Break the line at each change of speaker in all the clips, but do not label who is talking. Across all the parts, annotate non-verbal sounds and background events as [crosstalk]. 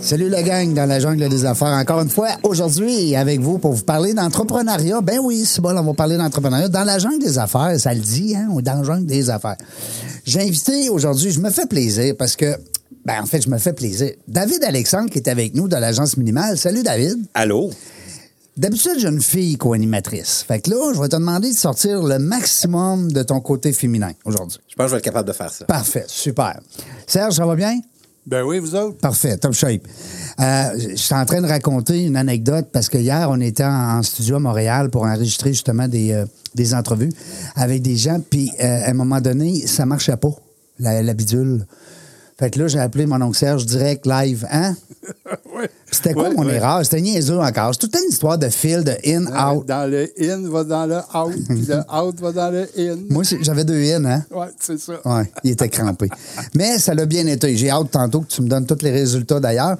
Salut la gang dans la jungle des affaires. Encore une fois, aujourd'hui, avec vous pour vous parler d'entrepreneuriat. Ben oui, c'est bon, on va parler d'entrepreneuriat. Dans la jungle des affaires, ça le dit, hein, ou dans la jungle des affaires. J'ai invité aujourd'hui, je me fais plaisir parce que, ben en fait, je me fais plaisir. David Alexandre qui est avec nous de l'agence minimale. Salut David.
Allô?
D'habitude, j'ai une fille co-animatrice. Fait que là, je vais te demander de sortir le maximum de ton côté féminin aujourd'hui.
Je pense que je vais être capable de faire ça.
Parfait, super. Serge, ça va bien?
Ben oui, vous autres.
Parfait, top shape. Euh, je suis en train de raconter une anecdote parce que hier, on était en, en studio à Montréal pour enregistrer justement des, euh, des entrevues avec des gens. Puis euh, à un moment donné, ça marchait pas, la, la bidule. Fait que là, j'ai appelé mon oncle Serge direct, live, hein?
oui.
C'était quoi
Oui,
mon
oui.
erreur? C'était niaiseux encore. C'est toute une histoire de fil, de in, out.
Hein? Dans le in va dans le
[laughs]
out, puis le out va dans le in.
Moi, c'est- j'avais deux in, hein?
Ouais, c'est ça.
Oui, il était crampé. Mais ça l'a bien été. J'ai hâte tantôt que tu me donnes tous les résultats d'ailleurs.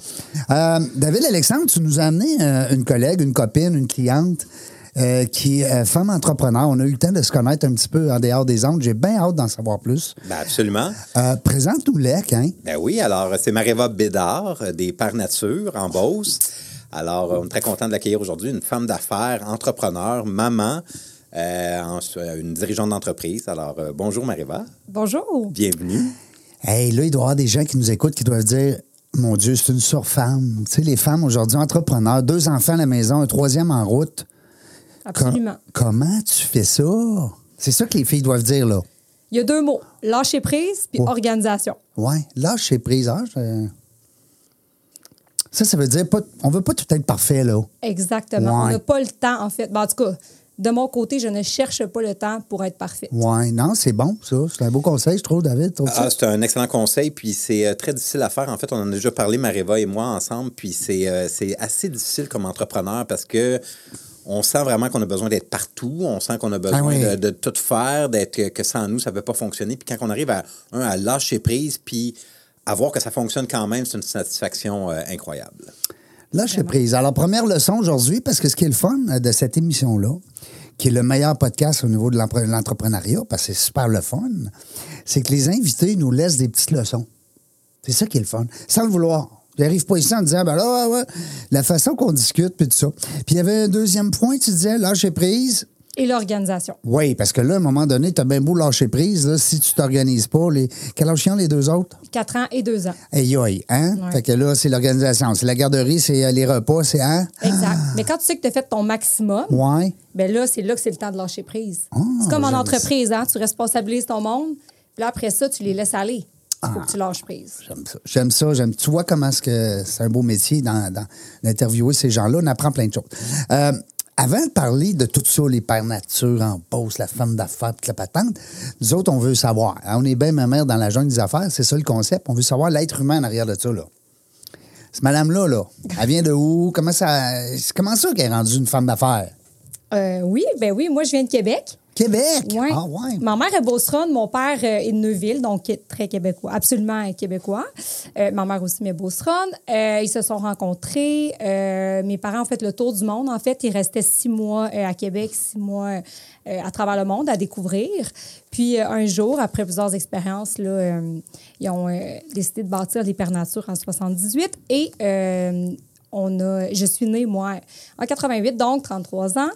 Euh, David Alexandre, tu nous as amené euh, une collègue, une copine, une cliente euh, qui est euh, femme entrepreneur. On a eu le temps de se connaître un petit peu en dehors des ondes. J'ai bien hâte d'en savoir plus.
Ben absolument.
Euh, Présente-nous les hein?
Ben oui, alors c'est Mareva Bédard euh, des Par Nature en Beauce. Alors, euh, on est très content de l'accueillir aujourd'hui, une femme d'affaires, entrepreneur, maman, euh, en- euh, une dirigeante d'entreprise. Alors, euh, bonjour Mareva,
Bonjour.
bienvenue.
Hey, là, il doit y avoir des gens qui nous écoutent qui doivent dire Mon Dieu, c'est une surfemme. Tu sais, les femmes aujourd'hui, entrepreneurs, deux enfants à la maison, un troisième en route. Com-
Absolument.
comment tu fais ça? C'est ça que les filles doivent dire, là.
Il y a deux mots, lâcher prise puis
Oh.
organisation.
Ouais, lâche et prise. hein, je- Ça, ça veut dire pas, on veut pas tout être parfait, là.
Exactement.
Ouais.
On n'a pas le temps, en fait. Ben, en tout cas, de mon côté, je ne cherche pas le temps pour être parfait.
Ouais, non, c'est bon, ça. C'est un beau conseil, je trouve, David. trouves ça?
Ah, c'est un excellent conseil, puis c'est euh, très difficile à faire. En fait, on en a déjà parlé, Mareva et moi, ensemble, puis c'est euh, c'est assez difficile comme entrepreneur parce que on sent vraiment qu'on a besoin d'être partout, on sent qu'on a besoin
Ah oui.
de, de tout faire, d'être que, que sans nous, ça ne peut pas fonctionner. Puis quand on arrive à, un, à lâcher prise, puis à voir que ça fonctionne quand même, c'est une satisfaction euh, incroyable.
Lâche et prise. Alors, première leçon aujourd'hui, parce que ce qui est le fun euh, de cette émission-là, qui est le meilleur podcast au niveau de l'empre- l'entrepreneuriat, parce que c'est super le fun, c'est que les invités nous laissent des petites leçons. C'est ça qui est le fun. Sans le vouloir. J'arrive pas ici en disant, ben là, ouais, ouais, la façon qu'on discute, puis tout ça. Puis il y avait un deuxième point, tu disais, lâche et prise.
Et l'organisation.
Oui, parce que là, à un moment donné, t'as bien beau lâcher prise, là, si tu t'organises pas. Les... Quel âge ils ont, les deux autres?
Quatre ans et deux ans.
Aïe, aïe, hein?
Ouais.
Fait que là, c'est l'organisation. C'est la garderie, c'est euh, les repas, c'est hein?
Exact. Mais quand tu sais que tu as fait ton maximum,
Ouais.
ben là, c'est là que c'est le temps de lâcher prise.
Ah,
c'est comme en
j'aime
entreprise, hein? tu responsabilises ton monde, puis là, après ça, tu les laisses aller. Il
Ah.
faut que tu lâches prise.
J'aime ça. J'aime ça. J'aime. Tu vois comment est-ce que c'est un beau métier dans- dans- d'interviewer ces gens-là. On apprend plein de choses. Euh, avant de parler de tout ça, les pères nature en pause, la femme d'affaires, toute la patente, nous autres, on veut savoir. Hein, On est bien ma mère dans la jungle des affaires. C'est ça le concept. On veut savoir l'être humain en arrière de ça, là. Cette madame-là, là, elle vient de où? Comment ça, c'est comment ça qu'elle est rendue une femme d'affaires?
Euh, oui, ben oui, moi, je viens de Québec.
Québec!
Ouais.
Ah, ouais.
Ma mère est Beauceronne, mon père euh, est de Neuville, donc qui est très québécois, absolument euh, québécois. Euh, ma mère aussi, mais Beauceronne. Euh, ils se sont rencontrés. Euh, mes parents ont fait le tour du monde. En fait, ils restaient six mois euh, à Québec, six mois euh, à travers le monde à découvrir. Puis euh, un jour, après plusieurs expériences, là, euh, ils ont euh, décidé de bâtir les Pères Nature en 78 et euh, on a, je suis née, moi, en 88, donc 33 ans.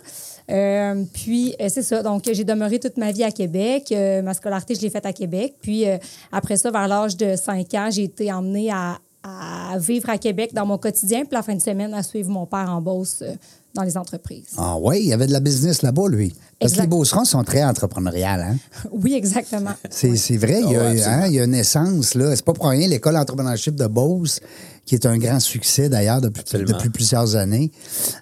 Euh, puis, euh, c'est ça. Donc, j'ai demeuré toute ma vie à Québec. Euh, ma scolarité, je l'ai faite à Québec. Puis, euh, après ça, vers l'âge de 5 ans, j'ai été emmenée à à vivre à Québec dans mon quotidien, puis la fin de semaine à suivre mon père en Beauce euh, dans les
[laughs]
entreprises.
Ah oui, il y avait de la business là-bas, lui. Parce que
Exact.
les Beaucerons sont très entrepreneuriales. Hein?
Oui, exactement.
C'est c'est vrai, il y, a,
Ah ouais, absolument.
hein, il y a une essence. là. C'est pas pour rien l'école d'entrepreneurship de Beauce, qui est un grand succès d'ailleurs depuis,
Absolument.
depuis plusieurs années.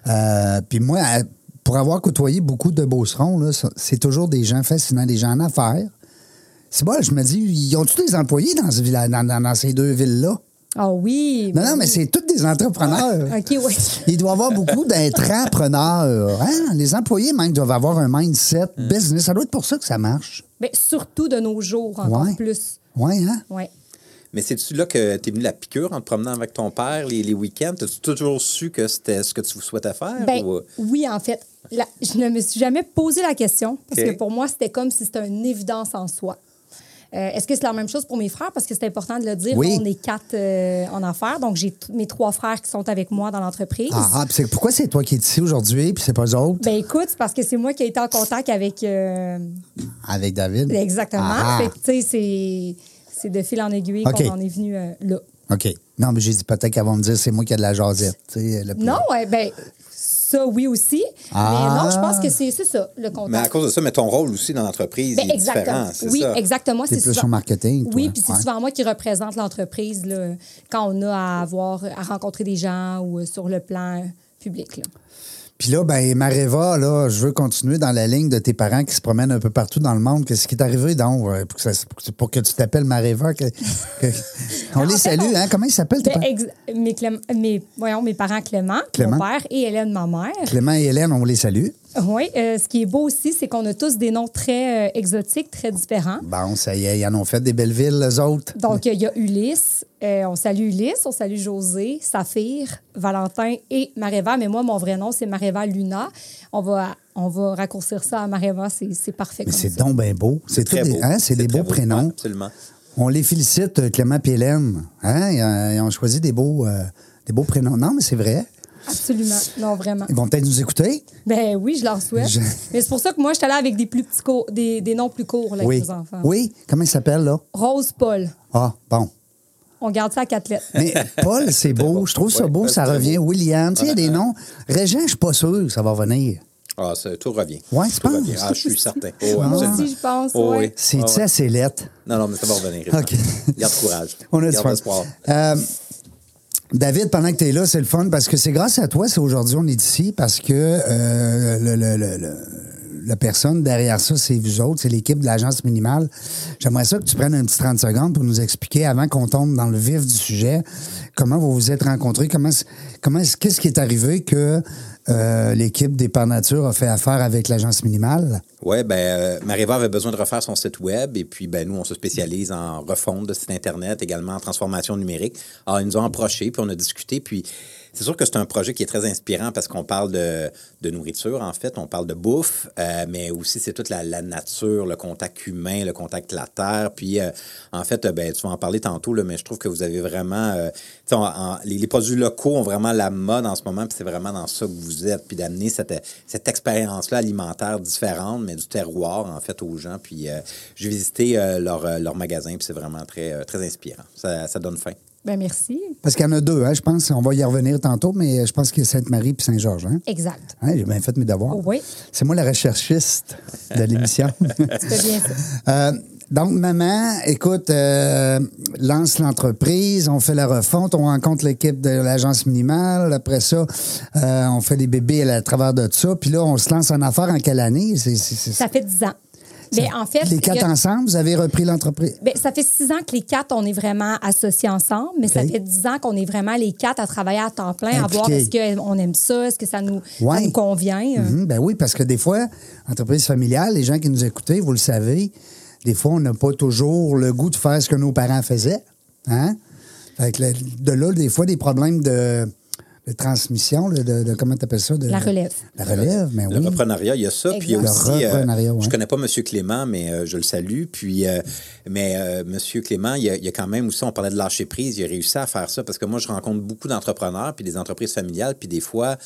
Euh, Puis moi, à- pour avoir côtoyé beaucoup de Beaucerons, là, ça- c'est toujours des gens fascinants, des gens en affaires. C'est bon, je me dis, ils ont tous des employés dans, ce village, dans, dans- dans ces deux villes-là?
Ah oui.
Non, non, mais c'est tous des entrepreneurs.
Ah,
OK, oui.
Il doit y avoir beaucoup d'intrapreneurs. hein? Les employés, même, doivent avoir un mindset
Mm.
business. Ça doit être pour ça que ça marche.
Mais surtout de nos jours, encore
Ouais.
plus.
Oui, hein?
Ouais.
Mais c'est-tu là que t'es venu la piqûre en te promenant avec ton père les, les week-ends? T'as-tu toujours su que c'était ce que tu souhaitais
hein,
faire?
Ben,
ou, euh,
oui, en fait. La- je ne me suis jamais posé la question parce
OK.
que pour moi, c'était comme si c'était une évidence en soi. Euh, Est-ce que c'est la même chose pour mes frères? Parce que c'est important de le dire.
Oui.
On est quatre euh, en affaires. Donc, j'ai t- mes trois frères qui sont avec moi dans l'entreprise.
Ah, ah, puis c'est- pourquoi c'est toi qui es ici aujourd'hui, puis c'est pas eux autres?
Ben écoute, c'est parce que c'est moi qui ai été en contact avec. euh,
Avec David?
exactement.
Ah,
Fait que, tu sais, c'est- c'est de fil en aiguille
OK.
qu'on en est venu euh, là.
ah. OK. Non, mais j'ai dit peut-être qu'elles vont me dire c'est moi qui ai de la jasette. tu sais, le plus-
Non, ouais, ben ça, oui aussi.
Ah.
Mais non, je pense que c'est c'est ça, le contact.
mais à cause de ça, mais ton rôle aussi dans l'entreprise
Ben,
il est
exactement.
différent, c'est
oui,
ça?
exactement.
T'es
C'est
plus
souvent-
au marketing, toi.
Oui, puis c'est
Ouais.
souvent moi qui représente l'entreprise là, quand on a à avoir à rencontrer des gens ou euh, sur le plan euh, public. là.
Puis là, ben, Mareva, là, je veux continuer dans la ligne de tes parents qui se promènent un peu partout dans le monde. Qu'est-ce qui est arrivé donc euh, pour que, ça- pour que- pour que tu t'appelles Mareva? que-
[laughs]
que- on les salue, hein? Comment ils s'appellent tes
Ben,
parents?
ex- mes, Clém- mes- voyons, mes parents Clément,
Clément.
mon père, et Hélène, ma mère.
Clément et Hélène, on les salue.
Oui, euh, ce qui est beau aussi, c'est qu'on a tous des noms très euh, exotiques, très différents.
Bon, ça y est, ils en ont fait des belles villes, eux autres.
Donc, il y a Ulysse. Euh, on salue Ulysse, on salue José, Saphir, Valentin et Mareva. Mais moi, mon vrai nom, c'est Mareva Luna. On va, on va raccourcir ça à Mareva. C'est c'est parfait.
Mais
comme
c'est
ça.
donc bien beau. C'est tout
Ah, Très
des,
beau.
hein, c'est des
très
beaux
beau.
prénoms.
Ouais, absolument.
On les félicite, euh, Clément et Hélène. Hein, Ils, euh, ils ont choisi des beaux, euh, des beaux prénoms. Non, mais c'est vrai.
Absolument. Non, vraiment.
Ils vont peut-être nous écouter.
Ben oui, je leur souhaite.
Je-
Mais c'est pour ça que moi, je suis allée avec des plus petits cours- des, des noms plus courts là,
oui.
avec nos enfants.
Oui. Comment ils s'appellent, là?
Rose Paul.
Ah, bon.
On garde ça à quatre lettres.
[laughs]
Mais Paul, c'est beau.
bon.
Je trouve ça
Ouais,
beau.
ouais,
Ça
c'est très
revient.
beau.
William. Tu sais, il y a des noms. Régent, je suis pas sûr que ça va venir.
Ah, ça, tout revient.
Ouais, tu
tout
penses?
revient. Ah, je suis certain. Oh,
Moi
absolument.
aussi, je pense,
Oh,
ouais.
oui.
C'est-tu
Ah, ouais.
assez lettre?
Non, non, mais ça va revenir. Richard.
OK.
Garde courage.
On a du
Garde
fun.
espoir.
Euh, David, pendant que tu es là, c'est le fun parce que c'est grâce à toi, c'est aujourd'hui, on est ici parce que euh, le- le- le- le- la personne derrière ça, c'est vous autres, c'est l'équipe de l'Agence Minimale. J'aimerais ça que tu prennes un petit 30 secondes pour nous expliquer, avant qu'on tombe dans le vif du sujet, comment vous vous êtes rencontrés, comment, c- comment est-ce- qu'est-ce qui est arrivé que euh, l'équipe des Par Nature a fait affaire avec l'Agence Minimale?
Oui, ben, euh, Mareva avait besoin de refaire son site web et puis ben, nous, on se spécialise en refonte de site Internet, également en transformation numérique. Alors, ils nous ont approchés, puis on a discuté, puis c'est sûr que c'est un projet qui est très inspirant parce qu'on parle de, de nourriture, en fait, on parle de bouffe, euh, mais aussi c'est toute la, la nature, le contact humain, le contact de la terre. Puis, euh, en fait, euh, ben, tu vas en parler tantôt, là, mais je trouve que vous avez vraiment... euh, tu sais, on- en- les, les produits locaux ont vraiment la mode en ce moment, puis c'est vraiment dans ça que vous êtes, puis d'amener cette, cette expérience-là alimentaire différente, mais du terroir, en fait, aux gens. Puis euh, j'ai visité euh, leur, euh, leur magasin, puis c'est vraiment très, euh, très inspirant. Ça, ça donne faim.
Ben merci.
Parce qu'il y en a deux, hein, je pense. On va y revenir tantôt, mais je pense qu'il y a Sainte-Marie puis Saint-Georges. Hein?
Exact.
Hein, J'ai bien fait mes devoirs.
Oui.
C'est moi la recherchiste de l'émission.
C'est bien ça.
Euh, donc, maman, écoute, euh, lance l'entreprise, on fait la refonte, on rencontre l'équipe de l'agence minimale. Après ça, euh, on fait les bébés à, la- à travers de ça. Puis là, on se lance en affaires en quelle année? C'est- c'est- c'est-
Ça fait 10 ans. Mais en fait,
les
il y
quatre
a-
ensemble, vous avez repris l'entreprise.
ben, ça fait six ans que les quatre, on est vraiment associés ensemble, mais ça
OK.
fait dix ans qu'on est vraiment les quatre à travailler à temps plein, à voir est-ce
Impliqués.
qu'on aime ça, est-ce que ça nous, ça
Ouais.
nous convient. euh.
Mhm, ben oui, parce que des fois, entreprise familiale, les gens qui nous écoutaient, vous le savez, des fois, on n'a pas toujours le goût de faire ce que nos parents faisaient. Hein? Fait que le- de là, des fois, des problèmes de, de transmission, le- de, de- comment tu appelles ça? De,
La relève.
La relève, mais
Le
oui.
reprenariat, il y a ça. Puis il y a
Exact.
Le
aussi, euh,
reprenariat, ouais.
je connais pas M. Clément, mais euh, je le salue. Puis, euh, mais M. Clément, il y, a, il y a quand même aussi, on parlait de lâcher prise, il a réussi à faire ça parce que moi, je rencontre beaucoup d'entrepreneurs, puis des entreprises familiales, puis des fois,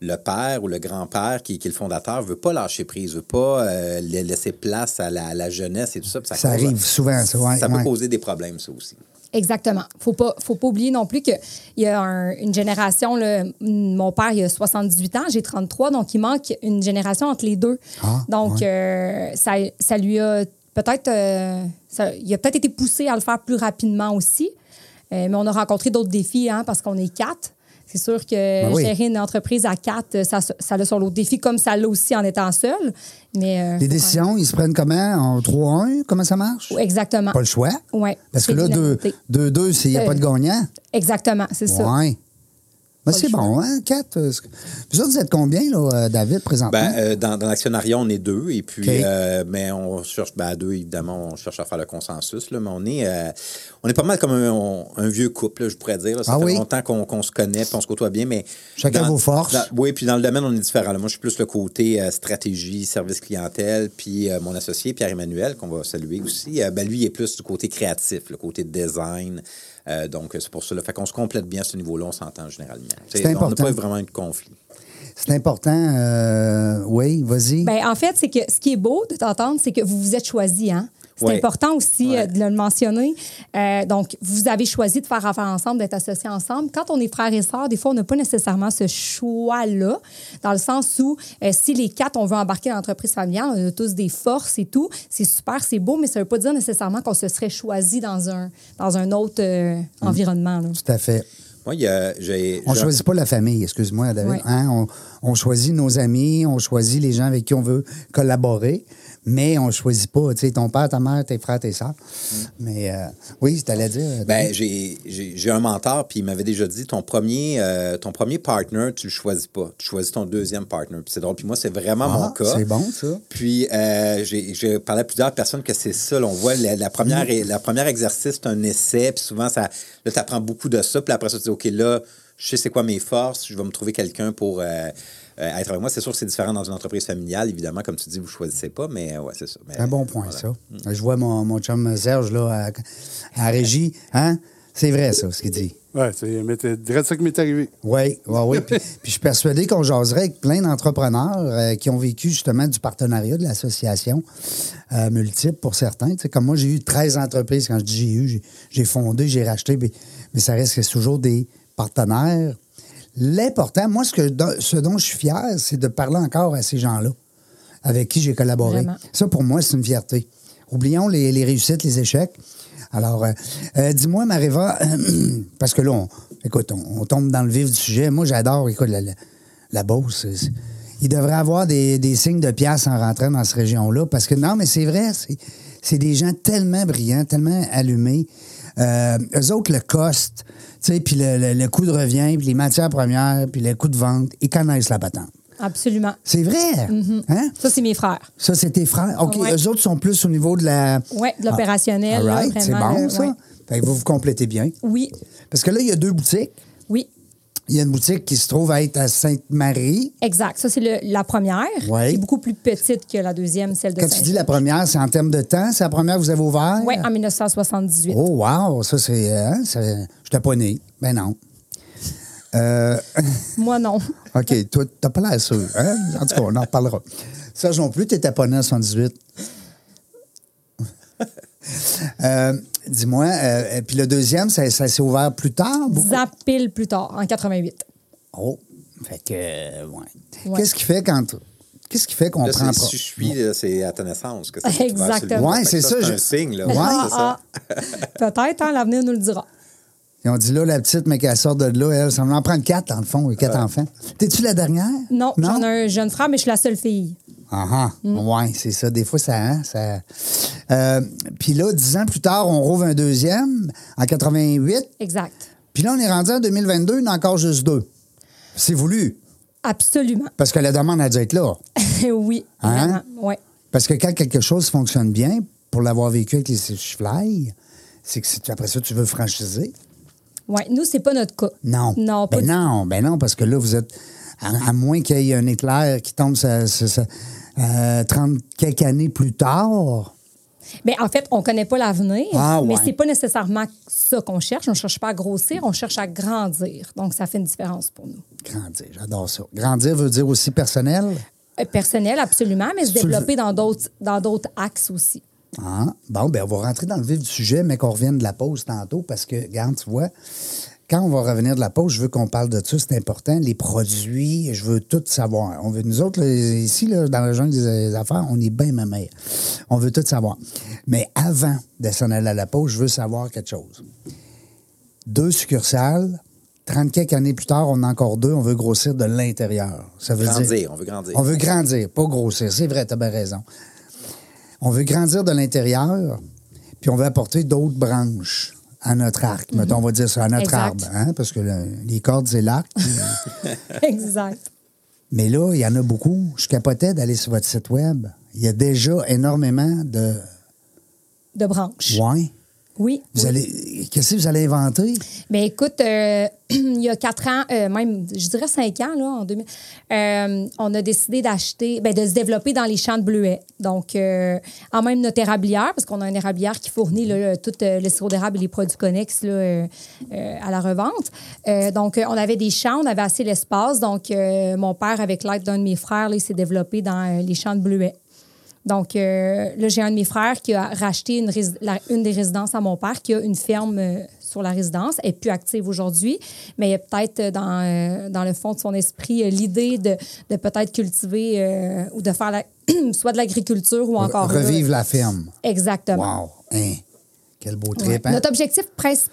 le père ou le grand-père qui, qui est le fondateur veut pas lâcher prise, veut pas euh, la- laisser place à la, à la jeunesse et tout ça. puis
Ça
cause-
arrive souvent, ça, ouais,
peut
ouais.
causer des problèmes, ça aussi.
Exactement. Faut pas, faut pas oublier non plus qu'il y a un- une génération, là, m- mon père, il a 78 ans, j'ai 33, donc il manque une génération entre les deux.
Ah,
donc, euh, ça, ça lui a peut-être, euh, ça- il a peut-être été poussé à le faire plus rapidement aussi. Euh, mais on a rencontré d'autres défis, hein, parce qu'on est quatre. C'est sûr que
Ben oui.
gérer une entreprise à quatre, ça, ça a son lot de défis, comme ça l'a aussi en étant seul. Mais, euh,
Les
faut
décisions, ils se prennent comment? En 3-1, comment ça marche?
faire- Exactement.
Pas le choix?
Ouais.
Parce que
C'est
là,
l'unanimité.
2-2, s'il n'y a
Euh,
pas de gagnant.
Exactement, c'est ça.
Ouais. Mais
le
c'est
choix.
bon, hein, 4. Vous autres, vous êtes combien, là, euh, David, présentement?
Ben, euh, dans dans l'actionnariat, on est deux. Et puis,
OK.
euh, mais on cherche, ben, à deux, évidemment, on cherche à faire le consensus. Là, mais on est, euh, on est pas mal comme un, on- un vieux couple, là, je pourrais dire. là. Ça
Ah
fait
oui?
longtemps qu'on qu'on se connaît, puis on se côtoie bien. mais
Chacun
dans-
vos forces.
dans- oui, puis dans le domaine, on est différent. là. Moi, je suis plus le côté euh, stratégie, service clientèle. Puis euh, mon associé, Pierre-Emmanuel, qu'on va saluer aussi, euh, ben, lui, il est plus du côté créatif, le côté design. Euh, donc, c'est pour ça. Là, fait qu'on se complète bien à ce niveau-là, on s'entend généralement.
C'est
T'sais, On n'a
important.
pas vraiment eu de conflit.
C'est important. euh, oui, vas-y.
Ben, en fait, c'est que ce qui est beau de t'entendre, c'est que vous vous êtes choisi, hein? C'est
Ouais.
important aussi
Ouais.
euh, de le mentionner. Euh, donc, vous avez choisi de faire affaire ensemble, d'être associés ensemble. Quand on est frères et sœurs, des fois, on n'a pas nécessairement ce choix-là, dans le sens où euh, si les quatre, on veut embarquer dans l'entreprise familiale, on a tous des forces et tout. C'est super, c'est beau, mais ça ne veut pas dire nécessairement qu'on se serait choisi dans un, dans un autre euh,
Mm.
environnement. là.
Tout à fait.
Moi, il y a- j'ai.
On
j'ai-
choisit pas la famille, excuse-moi, David.
Ouais.
Hein, On, on choisit nos amis, on choisit les gens avec qui on veut collaborer, mais on choisit pas, tu sais, ton père, ta mère, tes frères, tes sœurs. Mais euh, oui, tu allais dire.
Mm. Ben, j'ai- j'ai j'ai un mentor, puis il m'avait déjà dit ton premier, euh, ton premier partner, tu le choisis pas. Tu choisis ton deuxième partner. Puis c'est drôle. Puis moi, c'est vraiment
Ah,
mon cas.
c'est bon, ça.
Puis euh, j'ai j'ai parlé à plusieurs personnes que c'est ça. là. on voit la, la
Mm-hmm.
première, la première exercice, c'est un essai. Puis souvent, ça, là, tu apprends beaucoup de ça. Puis après ça, tu dis OK, là, je sais c'est quoi mes forces. Je vais me trouver quelqu'un pour. euh, euh, être avec moi, c'est sûr que c'est différent dans une entreprise familiale, évidemment, comme tu dis, vous choisissez pas, mais euh, ouais, c'est ça. Mais,
un bon point,
voilà. Mm.
ça. Je vois mon, mon chum Serge, là, à, à Régie. Hein? C'est vrai, ça, ce qu'il dit.
Ouais, c'est mais c'est direct ça qui m'est arrivé.
Oui, oui, oui. Puis, puis je suis persuadé qu'on jaserait avec plein d'entrepreneurs euh, qui ont vécu justement du partenariat de l'association euh, multiple pour certains. Tu sais, comme moi, j'ai eu 13 entreprises. Quand je dis j'ai eu, j'ai- j'ai fondé, j'ai racheté, mais, mais ça reste que c'est toujours des partenaires. L'important, moi, ce, que, ce dont je suis fier, c'est de parler encore à ces gens-là avec qui j'ai collaboré.
Vraiment.
Ça, pour moi, c'est une fierté. Oublions les, les réussites, les échecs. Alors, euh, euh, dis-moi, Mareva, [clears throat] parce que là, on, écoute, on, on tombe dans le vif du sujet. Moi, j'adore, écoute, la, la, la Beauce. c'est- c'est- Il devrait avoir des, des signes de pièces en rentrant dans cette région-là. Parce que, non, mais c'est vrai, c'est- c'est des gens tellement brillants, tellement allumés. Euh, eux autres, le cost, tu sais, puis le, le- le coût de revient, puis les matières premières, puis le coût de vente, ils connaissent la patente.
Absolument.
C'est vrai! Hein?
Ça, c'est mes frères.
Ça, c'est tes frères. OK,
Mm-hmm. Ouais.
eux autres sont plus au niveau de la.
Oui, de l'opérationnel.
All
là,
right, c'est
vraiment,
bon,
là,
ça.
ouais.
Fait que vous vous complétez bien.
Oui,
Parce que là, il y a deux boutiques.
oui.
Il y a une boutique qui se trouve à être à Sainte-Marie.
Exact. Ça, c'est le- la première,
Ouais.
qui est beaucoup plus petite que la deuxième, celle de
Quand tu dis la première, c'est en termes de temps. C'est la première que vous avez ouvert?
Oui, en 1978.
Oh, wow! Ça, c'est. Hein, ça- je t'ai pas né. Ben non. Euh,
Moi, non.
OK, toi, t'as pas l'air sûr. Hein? En tout cas, on en reparlera. Serge non plus, t'étais pas né en 78. [laughs] Euh, Dis-moi, euh, et puis le deuxième, ça, ça s'est ouvert plus tard? beaucoup?
Dix ans pile plus tard, en 88.
Oh, fait que, euh, ouais.
Ouais.
Qu'est-ce qui fait quand. Qu'est-ce qui fait qu'on
Là,
prend.
c'est-
pas-
si je suis, là, c'est à ta naissance que ça s'est ouvert sur le
Exactement.
monde.
Ouais,
Fait que
c'est ça,
C'est
je-
un signe, là.
Ouais.
c'est ça.
Ah, Peut-être, hein, l'avenir nous le dira.
Ils ont dit là, la petite, mais qu'elle sort de là, elle, ça me en prendre quatre, dans le fond, et quatre enfants. T'es-tu la dernière?
Non, j'en ai un Mm. jeune frère, mais je suis la seule fille.
Ah, ah. ouais, c'est ça. Des fois, ça. hein, ça... Euh, puis là, dix ans plus tard, on rouvre un deuxième, en 88.
Exact.
Puis là, on est rendu en 2022, il y en a encore juste deux. C'est voulu,
Absolument. [laughs]
parce que la demande a dû être là.
oui,
Hein?
vraiment. Ouais.
Parce que quand quelque chose fonctionne bien, pour l'avoir vécu avec les fly, c'est que si tu- après ça, tu veux franchiser.
Ouais. Nous, c'est pas notre cas.
Non.
Non, pas
ben
du-
non, ben non, parce que là, vous êtes. À, à moins qu'il y ait un éclair qui tombe ça, ça- ça, euh, 30 quelques années plus tard.
Mais en fait, on connaît pas l'avenir,
Ah, ouais.
mais c'est pas nécessairement ça qu'on cherche. On cherche pas à grossir, on cherche à grandir. Donc, ça fait une différence pour nous.
Grandir, j'adore ça. Grandir veut dire aussi personnel.
Euh, Personnel, absolument, mais se
Tu le- [laughs]
développer dans d'autres dans d'autres axes aussi.
Ah, bon, ben on va rentrer dans le vif du sujet, mais qu'on revienne de la pause tantôt parce que, regarde, tu vois, quand on va revenir de la pause, je veux qu'on parle de ça, c'est important. Les produits, je veux tout savoir. On veut, nous autres, là, ici, là, dans la jungle des affaires, on est bien ma mère. On veut tout savoir. Mais avant de s'en aller à la pause, je veux savoir quelque chose. Deux succursales, 30 quelques années plus tard, on en a encore deux, on veut grossir de l'intérieur. Ça veut
Grandir,
dire.
on veut grandir.
On veut grandir, pas grossir. C'est vrai, tu as bien raison. On veut grandir de l'intérieur, puis on veut apporter d'autres branches à notre arc. Mettons, on va dire ça, à notre
Mhm. Exact.
arbre, hein, parce que le- les cordes,
[laughs]
c'est l'arc.
exact.
Mais là, il y en a beaucoup. Je capotais d'aller sur votre site Web. Il y a déjà énormément de.
De branches.
Ouais.
Oui.
Vous allez. Qu'est-ce que vous allez inventer?
Mais écoute, euh, [clears throat] il y a quatre ans, euh, même, je dirais cinq ans, là, en 2000, euh, on a décidé d'acheter, ben, de se développer dans les champs de bleuets. Donc, euh, en même notre érablière, parce qu'on a une érablière qui fournit là, le- tout euh, le sirop d'érable et les produits connexes là, euh, euh, à la revente. Euh, donc, euh, on avait des champs, on avait assez l'espace. Donc, euh, mon père, avec l'aide d'un de mes frères, là, il s'est développé dans euh, les champs de bleuets. Donc, euh, là, j'ai un de mes frères qui a racheté une, rés- la- une des résidences à mon père, qui a une ferme euh, sur la résidence. Elle est plus active aujourd'hui, mais il y a peut-être euh, dans, euh, dans le fond de son esprit euh, l'idée de, de peut-être cultiver euh, ou de faire la- [clears throat] soit de l'agriculture ou encore. là-
Revivre la ferme.
Exactement.
Wow. Hein. Quel beau
Ouais.
trip, hein?
Notre objectif principal,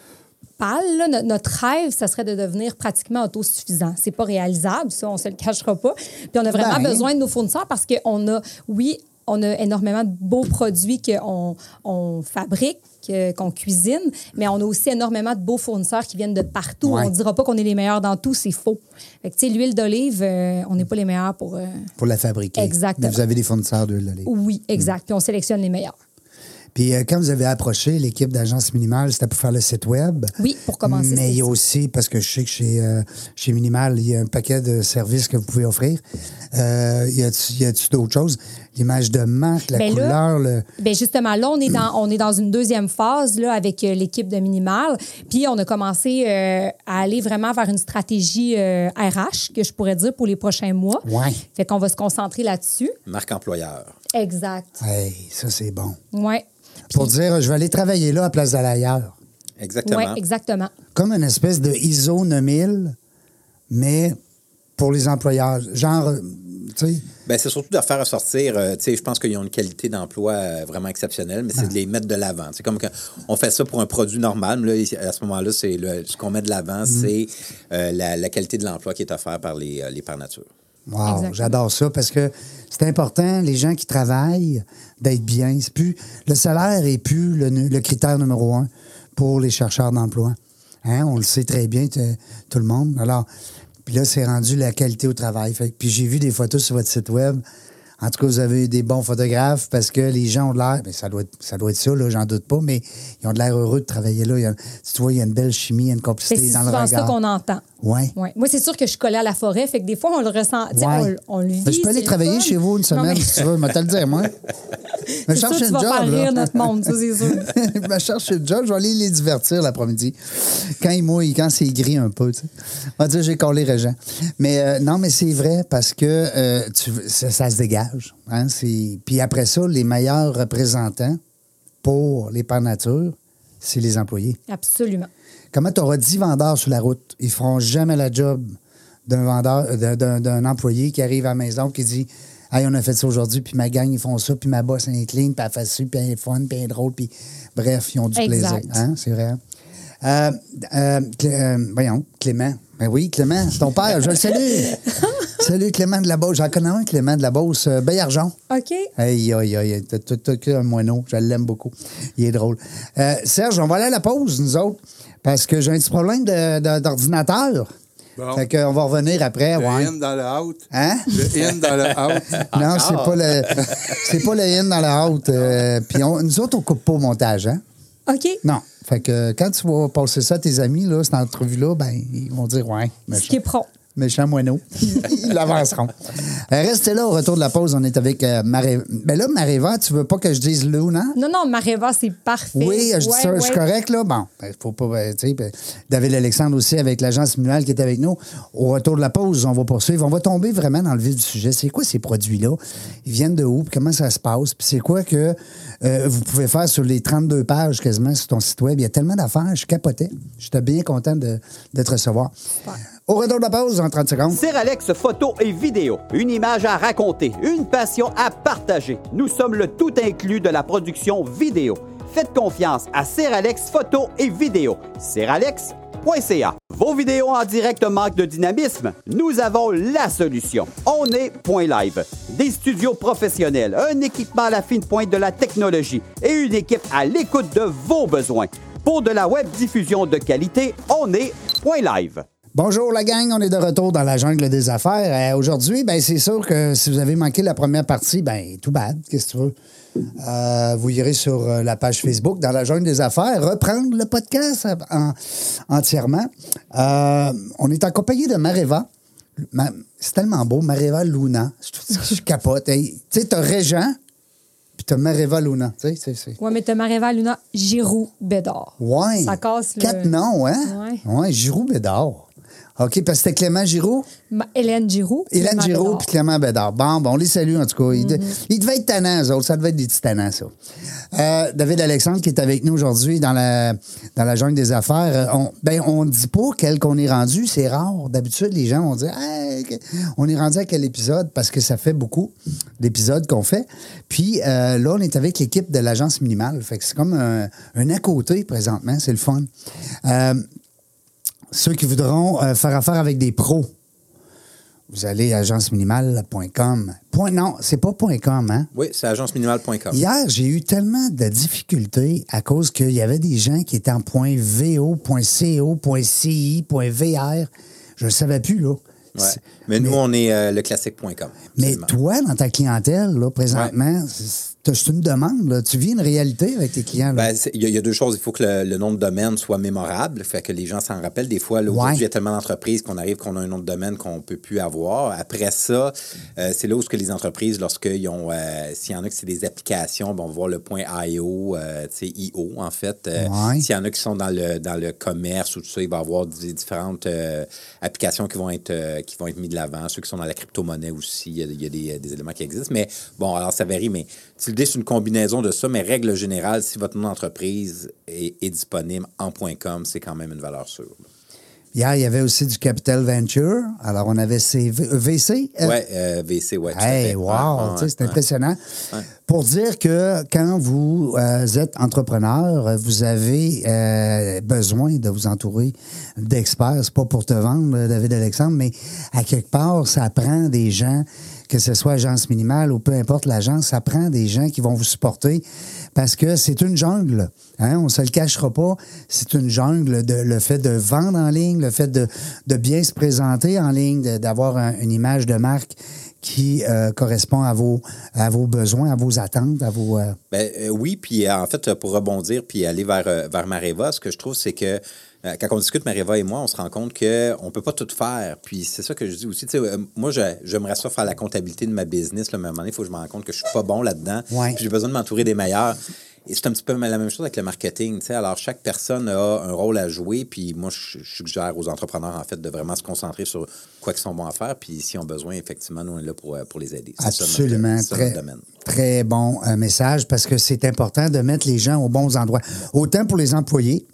là, no- notre rêve, ça serait de devenir pratiquement autosuffisant. C'est pas réalisable, ça, on se le cachera pas. Puis on a vraiment
Ben.
besoin de nos fournisseurs parce qu'on a, oui, on a énormément de beaux produits qu'on on fabrique, que- qu'on cuisine, mais on a aussi énormément de beaux fournisseurs qui viennent de partout.
Ouais.
On dira pas qu'on est les meilleurs dans tout, c'est faux. Fait que, tu sais, l'huile d'olive, euh, on n'est pas les meilleurs pour... euh,
Pour la fabriquer.
Exactement.
Mais vous avez des fournisseurs d'huile d'olive.
Oui, exact. Puis on sélectionne les meilleurs.
Puis euh, quand vous avez approché l'équipe d'agence Minimal, c'était pour faire le site web.
Oui, pour commencer,
Mais il y a
c'est ça.
aussi, parce que je sais que chez, euh, chez Minimal, il y a un paquet de services que vous pouvez offrir. Euh, y a-tu y a-tu d'autres choses? L'image de marque, la
Ben là-
couleur, le...
Ben justement, là, on est dans, on est dans une deuxième phase là, avec euh, l'équipe de Minimal. Puis, on a commencé euh, à aller vraiment vers une stratégie euh, RH, que je pourrais dire, pour les prochains mois.
Ouais.
Fait qu'on va se concentrer là-dessus.
Marque employeur.
Exact.
Hey, ça, c'est bon.
Ouais.
Pour dire, je vais aller travailler là à place d'aller ailleurs.
Exactement.
Oui, exactement.
Comme une espèce de ISO 9000, mais pour les employeurs. Genre, euh, tu sais,
Ben, c'est surtout de faire ressortir, euh, tu sais, je pense qu'ils ont une qualité d'emploi euh, vraiment exceptionnelle,
Ah.
mais c'est de les mettre de l'avant. C'est comme quand on fait ça pour un produit normal, mais là, ici, à ce moment-là, c'est le- ce qu'on met de l'avant,
Mm-hmm.
c'est euh, la, la qualité de l'emploi qui est offerte par les, euh, les par nature.
Wow,
Exactement.
j'adore ça parce que c'est important, les gens qui travaillent, d'être bien. C'est plus, le salaire est plus le, nu- le critère numéro un pour les chercheurs d'emploi. Hein, on le sait très bien, t- tout le monde. Alors, puis là, c'est rendu la qualité au travail. Fait que- puis j'ai vu des photos sur votre site web. En tout cas, vous avez des bons photographes parce que les gens ont de l'air, mais ça doit être ça, doit être ça là, j'en doute pas, mais ils ont de l'air heureux de travailler là. Il y a- tu vois, il y a une belle chimie, il y a une
C'est
complicité dans le
souvent ça
regard.
qu'on entend.
Ouais.
Ouais. Moi, c'est sûr que je suis collée à la forêt. Fait que des fois, on le ressent. tu sais, On,
Ouais.
le- on le vit.
Ben, je peux
c'est
aller
le
travailler
fun.
chez vous une
Non,
semaine,
mais
si tu veux. Je vais te le
[laughs]
dire, moi. Je
c'est sûr, tu vas faire rire notre monde, ça, c'est sûr.
[laughs]
[laughs]
je me cherche le job, je vais aller les divertir l'après-midi. Quand il mouille, quand c'est gris un peu, tu sais. On va dire, j'ai collé Régent. Mais euh, non, mais c'est vrai parce que euh, tu- ça, ça se dégage. hein, c'est- Puis après ça, les meilleurs représentants pour les par nature, c'est les employés.
Absolument.
Comment tu auras 10 vendeurs sur la route? Ils feront jamais la job d'un vendeur, euh, d'un- d'un d'un employé qui arrive à la maison qui dit Hey, on a fait ça aujourd'hui, puis ma gang, ils font ça, puis ma boss, elle incline, puis elle fait ça, puis elle est fun, puis elle est drôle, puis bref, ils ont du
Exact.
plaisir. Hein? C'est vrai. Euh, euh, Clé- euh, voyons, Clément. Ben oui, Clément, c'est ton père, je le salue. Salut Clément de la Beauce. J'en connais un, Clément de la Beauce, euh, Bayargeon.
OK.
Aïe, aïe, aïe, t'as tout tout- tout un moineau. Je l'aime beaucoup. Il est drôle. Euh, Serge, on va aller à la pause, nous autres, parce que j'ai un petit problème de- de- d'ordinateur.
Bon.
Fait qu'on va revenir après.
Le
Ah ouais.
in dans le out.
Hein?
Le in dans le out.
[laughs] Non, c'est pas le c'est pas le in dans la haute. euh, Puis on- nous autres, on coupe pas au montage, hein?
OK.
Non. Fait que quand tu vas passer ça à tes amis, là, cette entrevue-là, ben, ils vont dire ouais.
Ce qui
machin.
est prompt.
méchants moineaux. Ils l'avanceront. Euh, Restez là au retour de la pause. On est avec euh, Mareva. Ben là, Mareva, tu veux pas que je dise Luna?
Non, non, Mareva, c'est parfait.
Oui, je dis
Ouais,
ça, je
ouais.
suis correct, là. Bon, ben, faut pas. ben, tu sais, ben, David Alexandre aussi, avec l'agence Immunuel qui est avec nous. Au retour de la pause, on va poursuivre. On va tomber vraiment dans le vif du sujet. C'est quoi ces produits-là? Ils viennent de où? Puis Comment ça se passe? Puis c'est quoi que euh, vous pouvez faire sur les 32 pages quasiment sur ton site Web? Il y a tellement d'affaires. Je capotais. J'étais bien content de, de te recevoir. Au retour de la pause, en 30 secondes.
Seralex photo et vidéo. Une image à raconter, une passion à partager. Nous sommes le tout inclus de la production vidéo. Faites confiance à Seralex photo et vidéo. Seralex.ca. Vos vidéos en direct manquent de dynamisme? Nous avons la solution. On est Point Live. Des studios professionnels, un équipement à la fine pointe de la technologie et une équipe à l'écoute de vos besoins. Pour de la web diffusion de qualité, on est Point Live.
Bonjour la gang, on est de retour dans la jungle des affaires. Euh, Aujourd'hui, ben c'est sûr que si vous avez manqué la première partie, ben tout bad, qu'est-ce que tu veux. Euh, vous irez sur euh, la page Facebook dans la jungle des affaires, reprendre le podcast euh, en- entièrement. Euh, on est accompagné de Mareva. Ma- c'est tellement beau, Mareva Luna. Je, je capote. Hey, tu sais, t'as Régent, puis t'as Mareva Luna. Tu sais, c'est- c'est-
Ouais, mais t'as Mareva, Luna, Giroux, Bédard.
Ouais.
Ça casse le...
Quatre noms, hein?
Ouais.
Giroud Bédard. OK, parce que c'était Clément Giroud.
Ma- Hélène Giroux.
Hélène
Clément
Giraud
Bédard. Mm.
puis Clément Bédard. Bon, bon, on les salue, en tout cas. Ils, de- ils devaient être tannants, eux autres. Ça devait être des petits tannants, ça. Euh, David Alexandre, qui est avec nous aujourd'hui dans la, dans la jungle des affaires, euh, on, ben, on dit pas quel qu'on est rendu. C'est rare. D'habitude, les gens vont dire Hey, que- on est rendu à quel épisode parce que ça fait beaucoup d'épisodes qu'on fait. Puis euh, là, on est avec l'équipe de l'Agence Minimale. Fait que c'est comme un, un à côté présentement. C'est le fun. Euh, ceux qui voudront euh, faire affaire avec des pros, vous allez à agenceminimale.com. Point, non, c'est pas point .com, hein?
Oui, c'est agenceminimale.com.
Hier, j'ai eu tellement de difficultés à cause qu'il y avait des gens qui étaient en point .vo, point .co, point .ci, point .vr. Je ne savais plus, là.
Ouais.
C'est-
Mais nous, on est euh, le classique.com.
Mais toi, dans ta clientèle, là, présentement, c'est- c'est c'est une demande. là. Tu vis une réalité avec tes clients. là.
Ben, c'est- Il y, a- il y a deux choses. Il faut que le, le nom de domaine soit mémorable, fait que les gens s'en rappellent. Des fois, là, aujourd'hui,
Ouais.
il y a tellement d'entreprises qu'on arrive qu'on a un nom de domaine qu'on ne peut plus avoir. Après ça, euh, c'est là où ce que les entreprises, lorsqu'ils ont, euh, s'il y en a qui c'est des applications, bon, on va voir le point IO, euh, tu sais, IO en fait. Euh,
Ouais.
S'il y en a qui sont dans le, dans le commerce ou tout ça, il va y avoir des différentes euh, applications qui vont être, euh, qui vont être mises de l'avant. Ceux qui sont dans la crypto-monnaie aussi, il y a, il y a des, des éléments qui existent. Mais bon, alors ça varie, mais Tilde, c'est une combinaison de ça. Mais règle générale, si votre nom d'entreprise est, est disponible en .com, c'est quand même une valeur sûre.
Euh, Hier, il y avait aussi du Capital Venture. Alors, on avait CV, euh, VC. euh,
Ouais, euh, VC, ouais. tout à
Hey,
fait.
wow!
Ouais, ouais,
tu sais, c'est
ouais.
impressionnant. Pour dire que quand vous euh, êtes entrepreneur, euh, vous avez euh, besoin de vous entourer d'experts. C'est pas pour te vendre, euh, David Alexandre, mais à quelque part, ça prend des gens, que ce soit agence minimale ou peu importe l'agence, ça prend des gens qui vont vous supporter parce que c'est une jungle. Hein, on se le cachera pas. C'est une jungle. de- le fait de vendre en ligne, le fait de, de bien se présenter en ligne, de- d'avoir un- une image de marque qui euh, correspond à vos, à vos besoins, à vos attentes, à vos. euh,
Ben, euh, oui, puis euh, en fait, euh, pour rebondir puis aller vers, euh, vers Mareva, ce que je trouve, c'est que euh, quand on discute, Mareva et moi, on se rend compte qu'on ne peut pas tout faire. Puis c'est ça que je dis aussi. tu sais, euh, moi, je- j'aimerais ça faire la comptabilité de ma business. Là, mais à un moment donné, il faut que je me rende compte que je suis pas bon là-dedans.
Ouais.
Puis j'ai besoin de m'entourer des meilleurs. Et c'est un petit peu la même chose avec le marketing. tu sais. Alors, chaque personne a un rôle à jouer. Puis moi, je je suggère aux entrepreneurs, en fait, de vraiment se concentrer sur quoi qu'ils sont bons à faire. Puis s'ils ont besoin, effectivement, nous, on est là pour, euh, pour les aider. C'est ça notre-
Absolument.
c'est ça
très,
notre domaine.
très bon euh, message parce que c'est important de mettre les gens aux bons endroits. Autant pour les employés,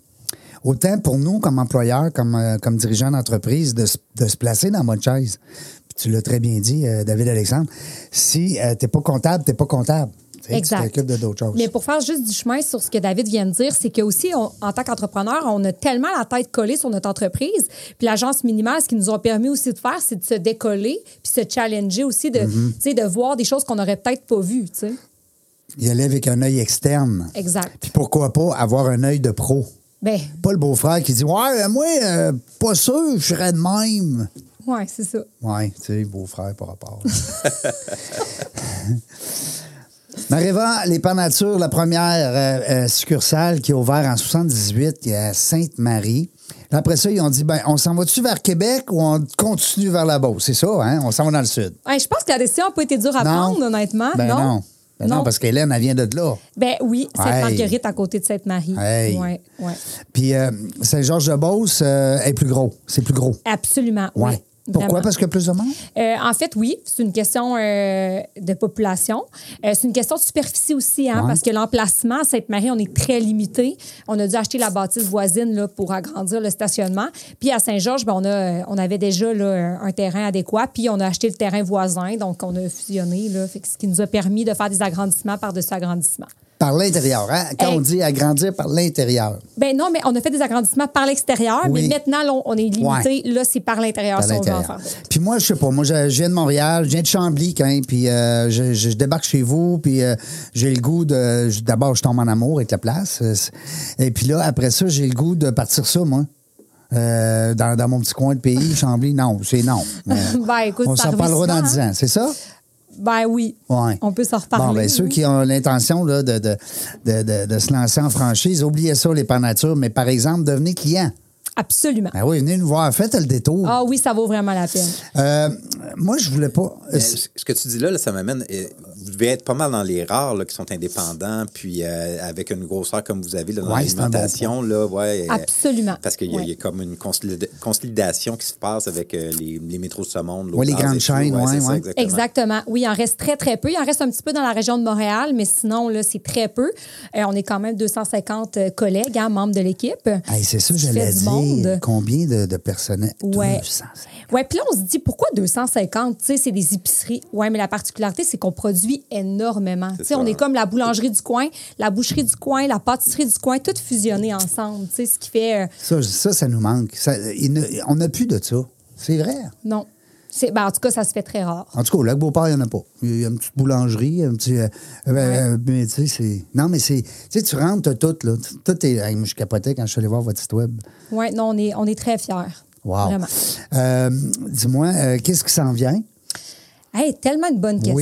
autant pour nous comme employeurs, comme, euh, comme dirigeants d'entreprise, de, se- de se placer dans votre chaise. Puis tu l'as très bien dit, euh, David Alexandre. Si tu n'es pas comptable, tu n'es pas comptable. Tu sais,
Exact.
Tu t'occupes de d'autres choses.
Mais pour faire juste du chemin sur ce que David vient de dire, c'est que aussi on- en tant qu'entrepreneur, on a tellement la tête collée sur notre entreprise. Puis l'agence minimale, ce qui nous a permis aussi de faire, c'est de se décoller puis se challenger aussi de,
Mhm.
tu sais, de voir des choses qu'on n'aurait peut-être pas vues. tu sais.
Il y aller avec un œil externe.
Exact.
Puis pourquoi pas avoir un œil de pro?
Ben,
Pas le beau-frère qui dit Ouais, euh, moi, euh, pas sûr, je serais de même.
ouais, c'est ça.
Ouais, tu sais, beau-frère
[laughs]
par rapport. Mareva, les Pans Nature, la première euh, euh, succursale qui est ouverte en 78 qui est à Sainte-Marie. Après ça, ils ont dit, ben, on s'en va-tu vers Québec ou on continue vers la Beauce? C'est ça, hein? On s'en va dans le sud.
Ouais, je pense que la décision n'a pas été dure à
Non.
prendre, honnêtement.
Ben
non.
non. Ben non, parce qu'Hélène, elle vient de là.
Ben oui, Sainte-Marguerite
Hey.
à côté de Sainte-Marie.
Hey.
Ouais, ouais.
Puis euh, Saint-Georges-de-Beauce euh, est plus gros. C'est plus gros.
Absolument.
Ouais.
Oui.
Pourquoi?
Vraiment.
Parce que plus de monde?
Euh, en fait, oui, c'est une question euh, de population. Euh, c'est une question de superficie aussi, hein,
Ouais.
parce que l'emplacement à Sainte-Marie, on est très limité. On a dû acheter la bâtisse voisine là, pour agrandir le stationnement. Puis à Saint-Georges, ben, on, a, euh, on avait déjà là, un terrain adéquat, puis on a acheté le terrain voisin, donc on a fusionné, là, Fait que ce qui nous a permis de faire des agrandissements par-dessus agrandissements.
Par l'intérieur, hein? Quand
Hey.
on dit agrandir par l'intérieur.
Ben non, mais on a fait des agrandissements par l'extérieur, mais
Oui.
maintenant, là, on- on est limité. Là, c'est par l'intérieur
par
si on veut en
l'intérieur.
faire. [laughs]
Puis moi, je sais pas, moi, je, je viens de Montréal, je viens de Chambly, quand, puis euh, je, je débarque chez vous, puis euh, j'ai le goût de. je- D'abord, je tombe en amour avec la place. euh, c'est- Et puis là, après ça, j'ai le goût de partir ça, moi. Euh, dans, dans mon petit coin de pays, Chambly, non, c'est non. Euh,
Ben, [laughs] écoute,
on
ça
s'en
arrive
parlera
souvent,
dans 10
hein.
ans, c'est ça?
Ben oui.
Ouais.
On peut s'en reparler.
Bon, ben, ceux
oui.
qui ont l'intention là, de, de, de, de- de se lancer en franchise, oubliez ça, les par nature, mais par exemple, devenez client.
Absolument.
Ben oui, venez nous voir, faites le détour.
Ah oui, ça vaut vraiment la peine.
Euh, moi, je voulais pas.
Euh,
Mais ce ce que tu dis là, là, ça m'amène. euh, Vous devez être pas mal dans les rares là, qui sont indépendants, puis euh, avec une grosseur comme vous avez là, dans
Ouais, c'est un bon
l'alimentation. là, ouais, euh,
Absolument.
Parce qu'il y, a-
Ouais.
il y a comme une consolida- consolidation qui se passe avec euh, les, les métros de ce monde.
Ouais, les
l'Auberge
grandes
et tout.
chaînes, ouais,
c'est ça,
ouais.
exactement.
Exactement. Oui, il en reste très, très peu. Il en reste un petit peu dans la région de Montréal, mais sinon, là, c'est très peu. Euh, on est quand même 250 collègues, hein, membres de l'équipe.
Hey, c'est ça,
Ce qui
j'allais
fait du
dire.
monde.
Combien de, de personnel?
Ouais.
250.
Ouais, puis là, on se dit pourquoi 250? Tu sais, c'est des épiceries. Ouais, mais la particularité, c'est qu'on produit énormément. Tu sais,
ça.
on est comme la boulangerie du coin, la boucherie du coin, la pâtisserie du coin, toutes fusionnées ensemble. Tu sais, ce qui fait. euh,
Ça, ça, ça nous manque. Ça, il ne- on n'a plus de ça. C'est vrai.
non. C'est, ben, en tout cas, ça se fait très rare.
En tout cas, au Lac-Beauport, il n'y en a pas. Il y a une petite boulangerie, un petit. euh, euh, euh, mais tu sais, c'est. Non, mais c'est. Tu sais, tu rentres, t'as tout, là. Tout est. Hey, moi, je capotais quand je suis allé voir votre site Web.
Ouais, non, on est, on est très fiers.
Wow.
Vraiment.
Euh, Dis-moi, euh, qu'est-ce qui s'en vient?
Hey, tellement une bonne question.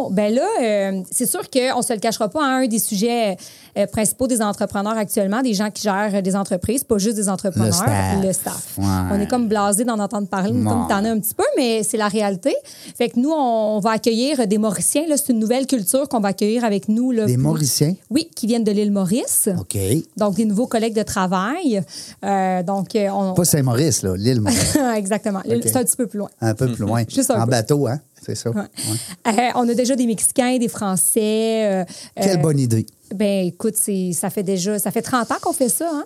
Oui.
Ben là, euh, c'est sûr qu'on ne se le cachera pas, hein, un des sujets euh, principaux des entrepreneurs actuellement, des gens qui gèrent euh, des entreprises, pas juste des entrepreneurs,
Le staff. Ouais.
On est comme blasé d'en entendre parler,
Ouais.
comme tu en as un petit peu, mais c'est la réalité. Fait que nous, on, on va accueillir des Mauriciens. là. C'est une nouvelle culture qu'on va accueillir avec nous. là,
Des
plus-
Mauriciens?
Oui, qui viennent de l'île Maurice.
OK.
Donc, des nouveaux collègues de travail. Euh, donc, euh, on...
Pas Saint-Maurice, là. L'île Maurice.
[laughs] Exactement.
OK.
C'est un petit peu plus loin. [laughs]
un peu plus loin.
Juste un
en
peu.
bateau, hein? C'est ça.
Ouais.
Ouais.
Euh, on a déjà des Mexicains, des Français. euh,
Quelle
euh,
bonne idée.
Ben écoute, c'est- ça fait déjà, ça fait 30 ans qu'on fait ça. Hein?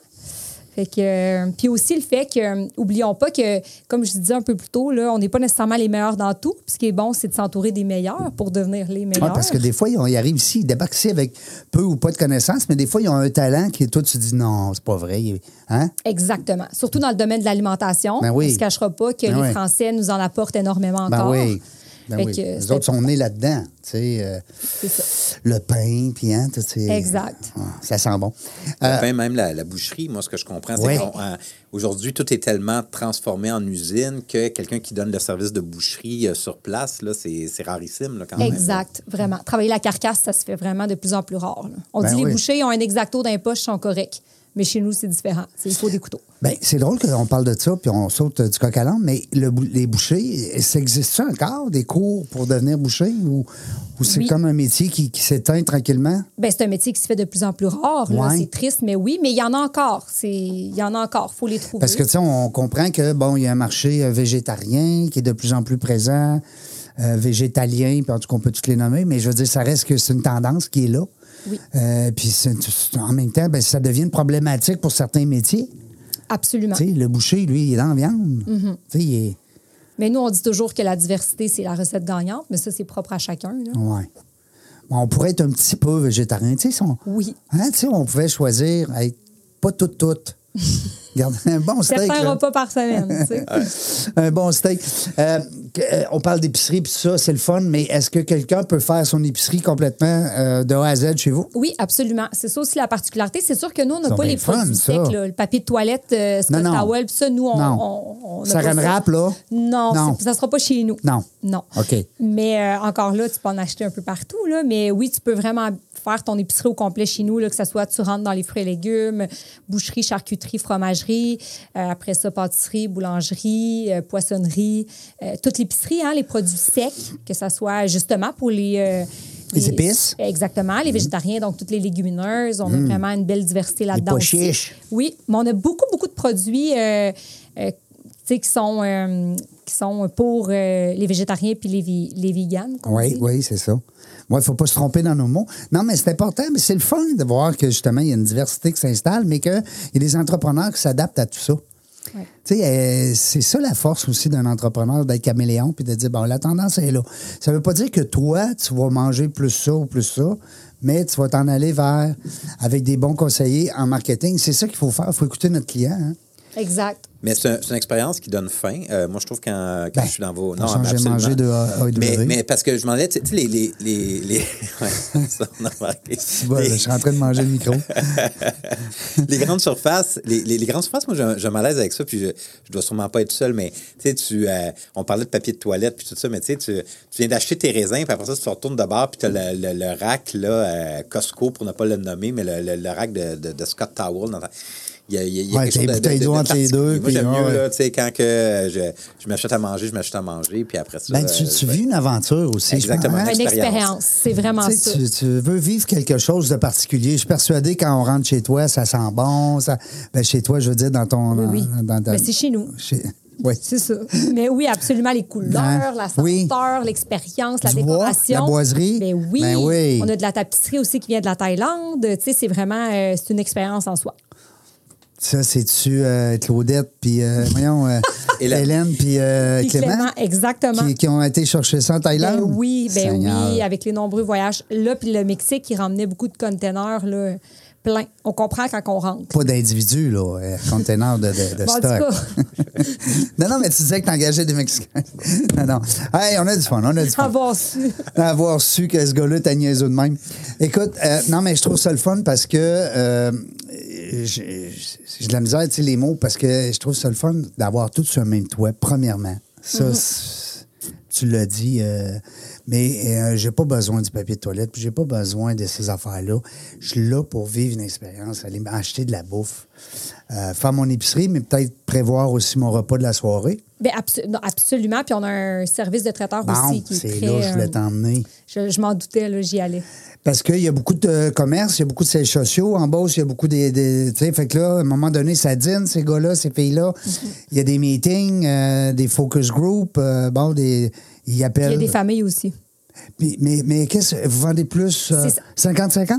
Fait que, euh, puis aussi le fait que, euh, oublions pas que, comme je disais un peu plus tôt, là, on n'est pas nécessairement les meilleurs dans tout. Puis ce qui est bon, c'est de s'entourer des meilleurs pour devenir les
Ouais,
meilleurs.
parce que des fois, ils, ont- ils arrivent ici, ils débarquent ici avec peu ou pas de connaissances, mais des fois, ils ont un talent qui, toi, tu dis non, c'est pas vrai. il- Hein?
Exactement. Surtout dans le domaine de l'alimentation.
Ben oui.
On ne se cachera pas que
Ben
les
oui.
Français nous en apportent énormément
Ben
encore.
oui. Ben
Fait
oui.
que, euh,
Les
c'est
autres sont nés là-dedans. Tu sais, euh,
C'est ça.
le pain, puis hein, tout, tu sais,
Exact.
euh, Ça sent bon. Euh,
Le pain, même la, la boucherie, moi, ce que je comprends, c'est
Ouais.
qu'aujourd'hui, tout est tellement transformé en usine que quelqu'un qui donne le service de boucherie euh, sur place, là, c'est c'est rarissime là, quand même.
Exact, vraiment. Travailler la carcasse, ça se fait vraiment de plus en plus rare. là. On
Ben
dit
oui.
les bouchers ont un exacto d'un poche, ils sont corrects. Mais chez nous, c'est différent. C'est- Il faut des couteaux.
Ben, c'est drôle qu'on parle de ça, puis on saute euh, du coq à l'âne, mais le bou- les bouchers, ça existe ça encore, des cours pour devenir boucher, ou, ou c'est
Oui.
comme un métier qui, qui s'éteint tranquillement?
Ben, c'est un métier qui se fait de plus en plus rare. là.
Ouais.
C'est triste, mais oui, mais il y en a encore. C'est- Il y en a encore. Il faut les trouver.
Parce que, tu sais, on comprend que, bon, il y a un marché euh, végétarien qui est de plus en plus présent, euh, végétalien, puis en tout cas, on peut tous les nommer, mais je veux dire, ça reste que c'est une tendance qui est là.
Oui.
Euh, puis, c'est- c'est- en même temps, ben, ça devient une problématique pour certains métiers.
Absolument.
Tu sais, le boucher, lui, il est dans la viande.
Mm-hmm.
Tu sais, il est.
Mais nous, on dit toujours que la diversité, c'est la recette gagnante, mais ça, c'est propre à chacun. là.
Ouais. Bon, on pourrait être un petit peu végétarien. Tu sais, si on-
Oui.
hein, tu sais, on pouvait choisir, hey, pas tout, tout.
[laughs]
Garder un bon steak.
Certains
là.
repas par semaine. tu
[laughs]
sais.
un bon steak. Euh, que- euh, on parle d'épicerie, puis ça, c'est le fun, mais est-ce que quelqu'un peut faire son épicerie complètement euh, de A à Z chez vous?
Oui, absolument. C'est ça aussi la particularité. C'est sûr que nous, on n'a
Ils sont
pas
bien
les
fun,
produits
ça.
secs, là, le papier de toilette, euh, Scott
Non, non.
Towel, puis ça, nous, on.
Non.
on- on n'a
Saran
pas ça.
wrap, là?
Non,
Non.
c'est- ça ne sera pas chez nous.
Non.
non.
OK.
Mais euh, encore là, tu peux en acheter un peu partout. Là, mais oui, tu peux vraiment faire ton épicerie au complet chez nous, là, que ce soit tu rentres dans les fruits et légumes, boucherie, charcuterie, fromagerie, euh, après ça, pâtisserie, boulangerie, euh, poissonnerie, euh, toute l'épicerie, hein, les produits secs, que ce soit justement pour les... euh,
Les épices. Mm-hmm. Mm.
Exactement, les végétariens, donc toutes les légumineuses. On a vraiment une belle diversité là-dedans.
pois
aussi.
chiches.
Oui, mais on a beaucoup, beaucoup de produits euh, euh, tu sais, qui, sont, euh, qui sont pour euh, les végétariens puis les, vi- les véganes. qu'on
Oui,
dit.
oui, c'est ça. Moi, il ne faut pas se tromper dans nos mots. Non, mais c'est important, mais c'est le fun de voir que justement, il y a une diversité qui s'installe, mais qu'il y a des entrepreneurs qui s'adaptent à tout ça.
Ouais.
Tu sais, euh, c'est ça la force aussi d'un entrepreneur d'être caméléon puis de dire bon la tendance est là. Ça veut pas dire que toi tu vas manger plus ça ou plus ça, mais tu vas t'en aller vers avec des bons conseillers en marketing. C'est ça qu'il faut faire. Il faut écouter notre client. hein.
Exact.
Mais c'est un- c'est une expérience qui donne faim. Euh, moi, je trouve quand, quand
Ben,
je suis dans vos.
on change de
absolument.
manger de A à W.
mais, mais parce que je m'en allais, tu sais, tu sais, les. les, les, les... [laughs] Ouais, ça, on a remarqué.
Voilà,
Les-
je suis en train de manger le micro.
[laughs] les grandes surfaces, les, les- les grandes surfaces, moi, j'ai j'ai un malaise avec ça, puis je, je dois sûrement pas être seul, mais tu sais, tu, euh, on parlait de papier de toilette, puis tout ça, mais tu sais, tu tu viens d'acheter tes raisins, puis après ça, tu te retournes de bord, puis tu le, le- le rack, là, euh, Costco, pour ne pas le nommer, mais le, le- le rack de, de- de Scott Towel. dans ta- Il y a, il y a- il y a
Ouais,
quelque
t'as les
chose de- de-
bouteilles
de
d'eau entre les deux, puis
particulier. Moi, j'aime
ouais,
mieux,
ouais.
là, tu sais, quand que euh, je, je m'achète à manger, je m'achète à manger, puis après ça.
Ben, tu,
euh,
tu
je vais-
vis une aventure aussi. je
Exactement.
pense, hein?
Une
Expérience.
expérience, c'est vraiment
Tu,
ça.
sais, tu- tu veux vivre quelque chose de particulier. Je suis persuadé quand on rentre chez toi, ça sent bon. Ça... Ben, chez toi, je veux dire, dans ton.
Oui, oui.
dans- dans-
Mais c'est chez nous.
Chez- Oui.
C'est ça. Mais oui, absolument, les couleurs,
Ben,
la senteur,
oui.
l'expérience, la
Du bois,
décoration.
la boiserie.
Ben oui.
Ben oui.
On a de la tapisserie aussi qui vient de la Thaïlande. Tu sais, c'est vraiment euh, c'est une expérience en soi.
Ça, c'est-tu euh, Claudette, puis euh, voyons, euh,
Hélène.
Hélène, puis euh,
Puis
Clément,
Clément, exactement.
qui, qui ont été chercher ça en Thaïlande?
Ben oui, ben
Seigneur.
oui, avec les nombreux voyages. Là, puis le Mexique, qui ramenait beaucoup de containers là, plein. On comprend quand on rentre.
Pas d'individus, là, euh, conteneur de, de, de
Bon, en tout
stock.
cas.
[laughs] non, non, mais tu disais que t'engageais des Mexicains. [laughs] non, non. Hey, on a du fun, on a du fun.
Avoir su.
avoir su que ce gars-là t'a niaisé de même. Écoute, euh, non, mais je trouve ça le fun parce que euh, j'ai j'ai de la misère, tu sais, les mots, parce que je trouve ça le fun d'avoir tout sur le même toit, premièrement. Ça,
Mm-hmm.
c'est- tu l'as dit, euh, mais euh, j'ai pas besoin du papier de toilette, puis j'ai pas besoin de ces affaires-là. Je suis là pour vivre une expérience, aller acheter de la bouffe, euh, faire mon épicerie, mais peut-être prévoir aussi mon repas de la soirée.
Ben, abso- non, absolument. Puis on a un service de traiteur
Bon,
aussi qui est
c'est
très.
là, je voulais
euh,
t'emmener.
je je m'en doutais, là, j'y allais.
Parce qu'il y a beaucoup de commerces, il y a beaucoup de sièges sociaux. En Beauce, il y a beaucoup des. des- tu sais, fait que là, à un moment donné, ça dîne, ces gars-là, ces pays-là.
Mhm.
Il y a des meetings, euh, des focus groups. euh, bon, des. Ils
Puis Il
appellent.
y a des familles aussi.
mais mais, mais qu'est-ce. Vous vendez plus euh,
C'est ça.
50-50?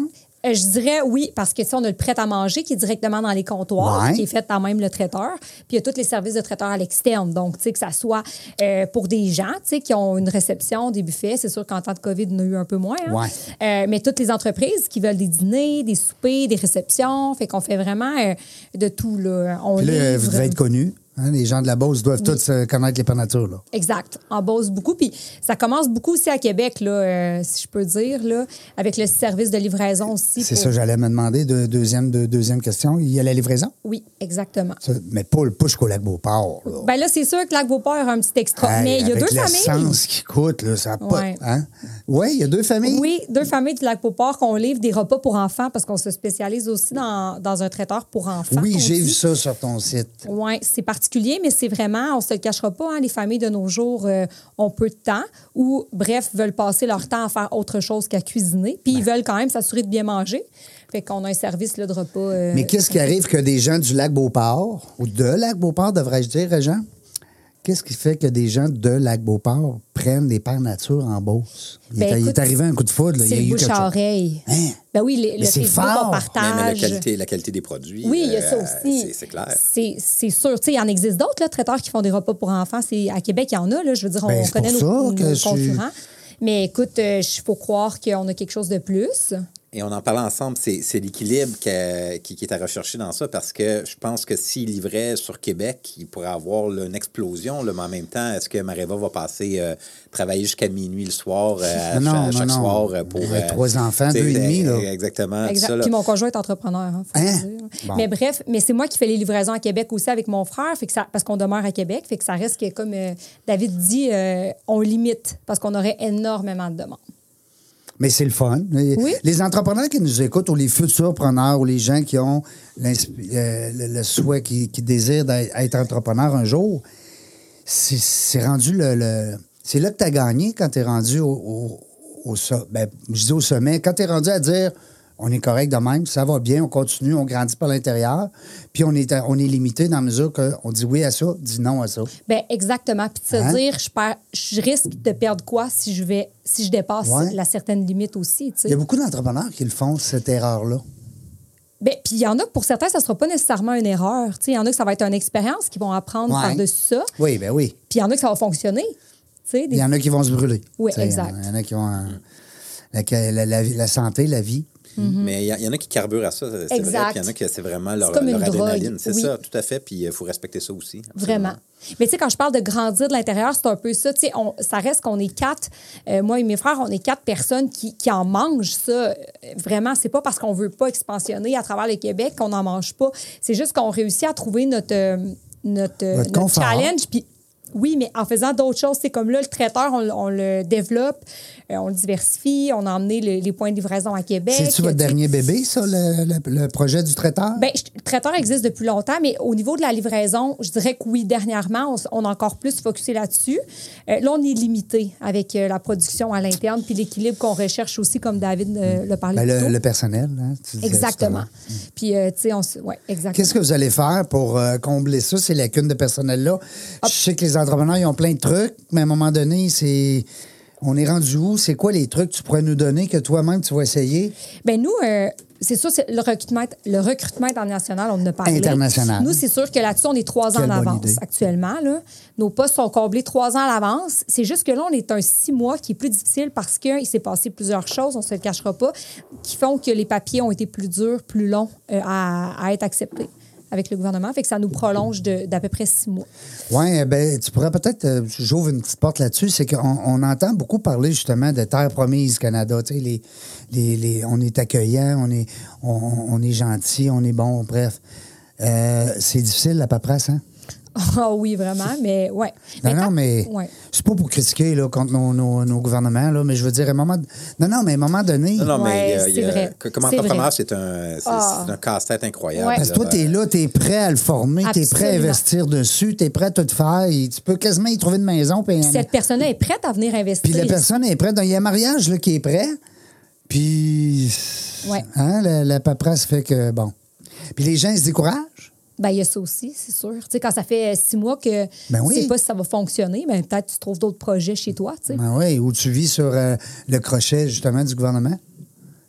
Euh, je dirais oui, parce que si on a le prêt à manger qui est directement dans les comptoirs,
Ouais.
qui est fait par même le traiteur. Puis il y a tous les services de traiteur à l'externe. Donc, tu sais, que ça soit euh, pour des gens, tu sais, qui ont une réception, des buffets. C'est sûr qu'en temps de COVID, il y en a eu un peu moins. hein.
Ouais.
Euh, mais toutes les entreprises qui veulent des dîners, des soupers, des réceptions. Fait qu'on fait vraiment euh, de tout, là. On
Puis là, euh, vous
livre.
devez être connus. hein, les gens de la Beauce doivent tous euh, connaître les panatures, là.
Exact. En Beauce, beaucoup. Puis ça commence beaucoup aussi à Québec, là, euh, si je peux dire, là, avec le service de livraison aussi.
C'est
pour-
ça, j'allais me demander. de- deuxième, de- deuxième question. Il y a la livraison?
Oui, exactement.
Ça, mais pas le push qu'au lac Beauport, là.
Ben là, c'est sûr que Lac Beauport a un petit extra.
Hey,
mais il y a
avec
deux familles.
l'essence qui coûte, là, ça a pas.
Ouais.
hein? Ouais, il y a deux familles.
Oui, deux familles du Lac Beauport qu'on livre des repas pour enfants parce qu'on se spécialise aussi dans, dans un traiteur pour enfants.
Oui,
qu'on
j'ai
dit.
vu ça sur ton site.
Oui, c'est particulier, mais c'est vraiment, on se le cachera pas, hein, les familles de nos jours euh, ont peu de temps ou, bref, veulent passer leur temps à faire autre chose qu'à cuisiner. Puis ils veulent quand même s'assurer de bien manger. Fait qu'on a un service là, de repas. euh,
Mais qu'est-ce qui arrive que des gens du lac Beauport, ou de lac Beauport, devrais-je dire, Jean? Qu'est-ce qui fait que des gens de lac Beauport prennent des pères nature en Beauce? Il,
Ben,
est, il est
écoute,
arrivé un coup de foudre, là, il y
C'est
a
le
eu
bouche
quelque
à
chose.
oreille.
Hein?
Ben oui, les-
Mais
le
c'est
Facebook
fort.
on
Mais,
partage.
mais la, qualité, la qualité des produits.
Oui, il y a ça
euh,
aussi.
c'est- C'est clair.
C'est, c'est sûr. Tu sais, il en existe d'autres, là, traiteurs qui font des repas pour enfants. C'est, à Québec, il y en a. Là, je veux dire, on
Ben, c'est
connaît
pour
nos,
ça que
nos
je-
euh, concurrents. Mais écoute, il faut croire qu'on a quelque chose de plus.
Et on en parlait ensemble, c'est c'est l'équilibre que- qui, qui est à rechercher dans ça parce que je pense que s'il livrait sur Québec, il pourrait avoir là, une explosion, là, mais en même temps, est-ce que Mareva va passer euh, travailler jusqu'à minuit le soir, euh, à
Non,
cha-
non,
chaque,
non.
soir euh, pour.
Euh, trois enfants,
tu sais, euh,
deux et demi, là.
Exactement. tout
Exact.
ça, là.
Puis mon conjoint est entrepreneur, hein, faut
Hein?
le dire.
Bon.
Mais bref, mais c'est moi qui fais les livraisons à Québec aussi avec mon frère, fait que ça, parce qu'on demeure à Québec, fait que ça reste que, comme euh, David dit, euh, on limite parce qu'on aurait énormément de demandes.
Mais c'est le fun. Les-
Oui.
Les entrepreneurs qui nous écoutent ou les futurs preneurs ou les gens qui ont l'inspi- euh, le, le souhait, qui, qui désirent d'être être entrepreneur un jour, c'est- c'est rendu le. le- c'est là que tu as gagné quand tu es rendu au, au, au so- ben, je dis au sommet. Quand tu es rendu à dire on est correct de même, ça va bien, on continue, on grandit par l'intérieur, puis on est, à- on est limité dans la mesure qu'on dit oui à ça, dit non à ça.
Ben exactement. Puis de se
Hein?
dire, je, perds- je risque de perdre quoi si je vais, si je dépasse
Ouais.
la certaine limite aussi. tu sais.
Il y a beaucoup d'entrepreneurs qui le font, cette erreur-là.
Ben, puis il y en a que pour certains, ça ne sera pas nécessairement une erreur. Tu sais, Il y en a que ça va être une expérience qui vont apprendre
Ouais.
par-dessus ça.
Oui, ben oui.
Puis il y en a que ça va fonctionner. Tu sais,
Il
des-
y en a qui vont se brûler.
Oui,
Tu sais,
exact.
Il y en a qui vont. euh, La, la- la- la santé, la vie.
Mais il y, a- il y en a qui carburent à ça, c'est vrai.
Mhm. Exact.
Puis il y en a qui, c'est vraiment leur,
C'est comme
leur
une drogue,
adrénaline. C'est
oui.
ça, tout à fait. Puis il faut respecter ça aussi. absolument.
Vraiment. Mais tu sais, quand je parle de grandir de l'intérieur, c'est un peu ça. Tu sais, on- ça reste qu'on est quatre. euh, moi et mes frères, on est quatre personnes qui, qui en mangent ça. Euh, Vraiment, c'est pas parce qu'on veut pas expansionner à travers le Québec qu'on n'en mange pas. C'est juste qu'on réussit à trouver notre, euh, notre, euh,
Votre
notre
confort.
challenge. Puis oui, mais en faisant d'autres choses, c'est comme là, le traiteur, on, le- on le développe, euh, on le diversifie, on a emmené le- les points de livraison à Québec.
C'est-tu votre
Tu sais,
dernier bébé, ça, le, le- le projet du traiteur?
ben, je- le traiteur existe depuis longtemps, mais au niveau de la livraison, je dirais que oui, dernièrement, on, s- on a encore plus focusé là-dessus. Euh, là, on est limité avec euh, la production à l'interne, puis l'équilibre qu'on recherche aussi, comme David euh, le parlait
Ben,
plus
le,
tôt.
le personnel. hein, tu disais
Exactement.
tout
Puis, euh, tu sais, on se... Ouais,
à l'heure.
exactement.
Qu'est-ce que vous allez faire pour euh, combler ça, ces lacunes de personnel-là? Je sais que les entrepreneurs, ils ont plein de trucs, mais à un moment donné, c'est. On est rendu où? C'est quoi les trucs que tu pourrais nous donner que toi-même, tu vas essayer?
Ben nous, euh, c'est sûr, c'est le recrutement, le recrutement international, on ne parle pas.
International.
Nous, c'est sûr que là-dessus, on est trois ans
Quelle
en
bonne
avance
idée.
actuellement. Là. Nos postes sont comblés trois ans à l'avance. C'est juste que là, on est un six mois qui est plus difficile parce qu'il s'est passé plusieurs choses, on ne se le cachera pas, qui font que les papiers ont été plus durs, plus longs euh, à, à être acceptés avec le gouvernement. Fait que ça nous prolonge de- d'à peu près six mois. [laughs]
Oui, ben, tu pourrais peut-être, euh, j'ouvre une petite porte là-dessus, c'est qu'on on entend beaucoup parler justement de Terre promise Canada. Tu sais, les, les, les- on est accueillant, on est, on, on est gentil, on est bon, bref. Euh, c'est difficile la paperasse, hein?
Ah oui, vraiment, mais ouais.
Non, non,
quand-
mais
ouais.
c'est pas pour critiquer là, contre nos, nos- nos gouvernements, là, mais je veux dire, à un moment. Non, non, mais à un moment donné.
Non, non, mais euh,
Ouais,
il y a-
c'est
il y a-
vrai.
que- comme
C'est vrai.
entrepreneur, c'est un, c'est-
Ah.
c'est un casse-tête incroyable.
Ouais.
Parce que toi,
là.
t'es là, t'es prêt à le former, t'es prêt à
Absolument.
investir dessus, t'es prêt à tout faire. et tu peux quasiment y trouver une maison. puis un-
Cette personne-là est prête à venir investir.
Puis la personne est prête. Donc, Il y a un mariage là, qui est prêt. Puis.
Ouais.
Hein, la, la paperasse fait que, bon. Puis les gens, ils se découragent.
Ben, il y a ça aussi, c'est sûr. Tu sais, quand ça fait euh, six mois que
Ben
tu
oui.
sais pas si ça va fonctionner, ben, peut-être tu trouves d'autres projets chez toi, tu sais.
Ben oui, ou tu vis sur euh, le crochet, justement, du gouvernement.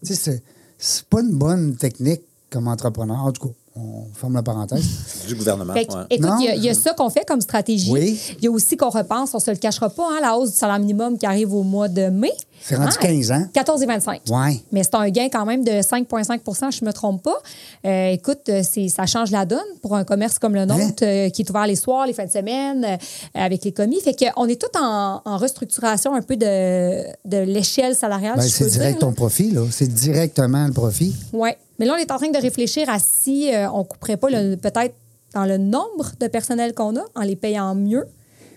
Tu sais, c'est- c'est pas une bonne technique comme entrepreneur. En tout cas, on ferme la parenthèse.
[laughs]
euh, Du gouvernement.
Fait que,
ouais.
Écoute,
Non.
il y a- il y, a ça qu'on fait comme stratégie.
Oui.
Il y a aussi qu'on repense, on se le cachera pas, hein, la hausse du salaire minimum qui arrive au mois de mai.
C'est rendu 15 ans.
14 et 25.
Ouais.
Mais c'est un gain quand même de 5,5 je ne me trompe pas. Euh, écoute, euh, c'est- ça change la donne pour un commerce comme
Hein?
le nôtre euh, qui est ouvert les soirs, les fins de semaine, euh, avec les commis. Fait qu'on est tout en, en restructuration un peu de, de l'échelle salariale,
Ben,
si Ah, je
c'est
peux dire,
direct
là.
ton profit, là. C'est directement le profit.
Oui. Mais là, on est en train de réfléchir à si euh, on couperait pas le- peut-être dans le nombre de personnel qu'on a, en les payant mieux,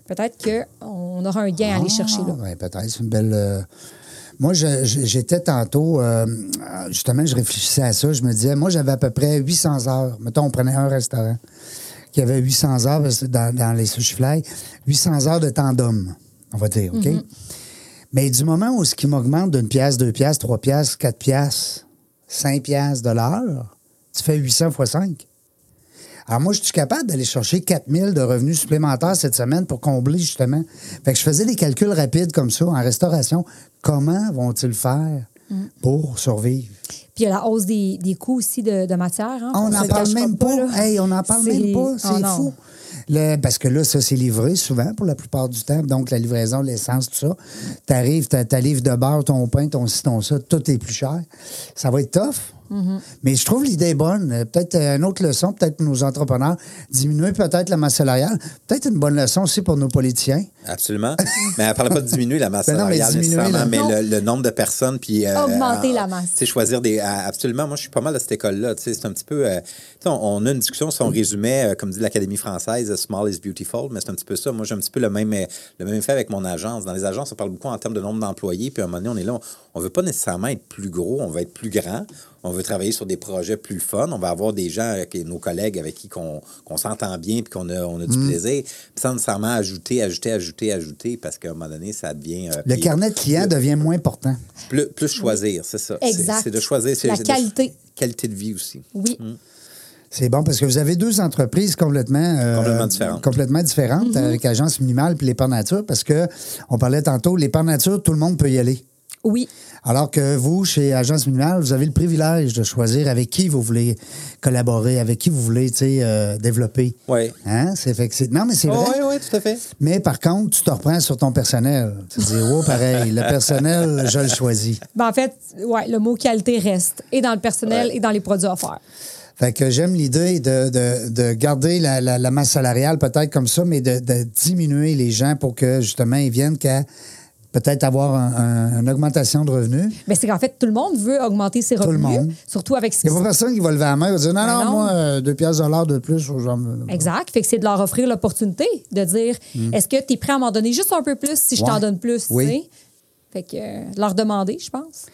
peut-être qu'on aura un gain à aller chercher là.
Ah, ben, peut-être. C'est une belle. euh, Moi, je- je- j'étais tantôt, euh, justement, je réfléchissais à ça. Je me disais, moi, j'avais à peu près 800 heures. Mettons, on prenait un restaurant qui avait 800 heures parce que dans, dans les sushi fly, 800 heures de temps d'homme, on va dire, OK?
Mm-hmm.
Mais du moment où ce qui m'augmente d'une pièce, deux pièces, trois pièces, quatre pièces, cinq pièces de l'heure, tu fais 800 fois 5. Alors moi, je suis capable d'aller chercher 4000 de revenus supplémentaires cette semaine pour combler justement. Fait que je faisais des calculs rapides comme ça en restauration. Comment vont-ils faire pour survivre?
Puis il y a la hausse des, des coûts aussi de, de matière. hein.
Ah, on
se
n'en
le
parle
cachera
même pas.
là.
Hey, on n'en parle même
C'est-
pas.
Ah,
C'est
non.
fou. le- parce que là, ça, c'est livré souvent pour la plupart du temps. Donc, la livraison, l'essence, tout ça. T'arrives, ta, ta livre de beurre, ton pain, ton ci, ton ça, tout est plus cher. Ça va être tough.
Mm-hmm.
Mais je trouve l'idée bonne. Euh, Peut-être euh, une autre leçon, peut-être pour nos entrepreneurs, diminuer peut-être la masse salariale. Peut-être une bonne leçon aussi pour nos politiciens.
Absolument. mais elle ne parlait pas de diminuer la masse
Ben non, mais
salariale
diminuer
nécessairement,
le-
mais
Non.
le, le nombre de personnes. Puis, euh,
Augmenter
euh,
la masse.
Tu sais, choisir des. euh, Absolument. Moi, je suis pas mal à cette école-là. Tu sais, c'est un petit peu. euh, tu sais, on, on a une discussion sur on résumait, euh, comme dit l'Académie française, euh, Small is Beautiful, mais c'est un petit peu ça. Moi, j'ai un petit peu le même, euh, le même effet avec mon agence. Dans les agences, on parle beaucoup en termes de nombre d'employés. Puis à un moment donné, on est là. on- On ne veut pas nécessairement être plus gros, on veut être plus grand. On veut travailler sur des projets plus fun. On va avoir des gens, avec nos collègues avec qui qu'on qu'on s'entend bien puis qu'on a, on a du plaisir. Puis sans nécessairement ajouter, ajouter, ajouter, ajouter, parce qu'à un moment donné, ça devient. euh,
Le
puis
carnet de clients devient moins important.
Plus, plus choisir, c'est ça. C'est-
Exact.
C'est de choisir. c'est-
La
c'est de-
qualité.
qualité de vie aussi.
Oui.
Mm. C'est bon parce que vous avez deux entreprises complètement, euh,
Complètement différentes.
complètement différentes avec Agence Minimale puis l'Épargne Nature parce que on parlait tantôt, l'Épargne Nature, tout le monde peut y aller.
Oui.
Alors que vous, chez Agence Minimale, vous avez le privilège de choisir avec qui vous voulez collaborer, avec qui vous voulez tu sais, euh, développer.
Oui.
Hein? C'est fait que c'est- non, mais c'est vrai.
oui, oui, tout à fait.
Mais par contre, tu te reprends sur ton personnel. Tu te dis, oh, pareil, le personnel, je le choisis.
Ben, en fait, ouais, le mot qualité reste, et dans le personnel, et dans les produits offerts.
Fait que j'aime l'idée de, de- de garder la, la- la masse salariale peut-être comme ça, mais de, de diminuer les gens pour que justement ils viennent qu'à peut-être avoir un- un- une augmentation de revenus.
Mais c'est qu'en fait, tout le monde veut augmenter ses
Tout le
revenus,
monde.
surtout avec ce
Il n'y a pas personne qui va lever la main et va dire non,
Ben
non,
non.
moi, euh, deux piastres de l'heure de plus, je vais-
Exact. Fait que c'est de leur offrir l'opportunité de dire est-ce que tu es prêt à m'en donner juste un peu plus si je
Mm. Ouais.
t'en donne plus, tu
Oui.
sais? Fait que euh, leur demander, je pense.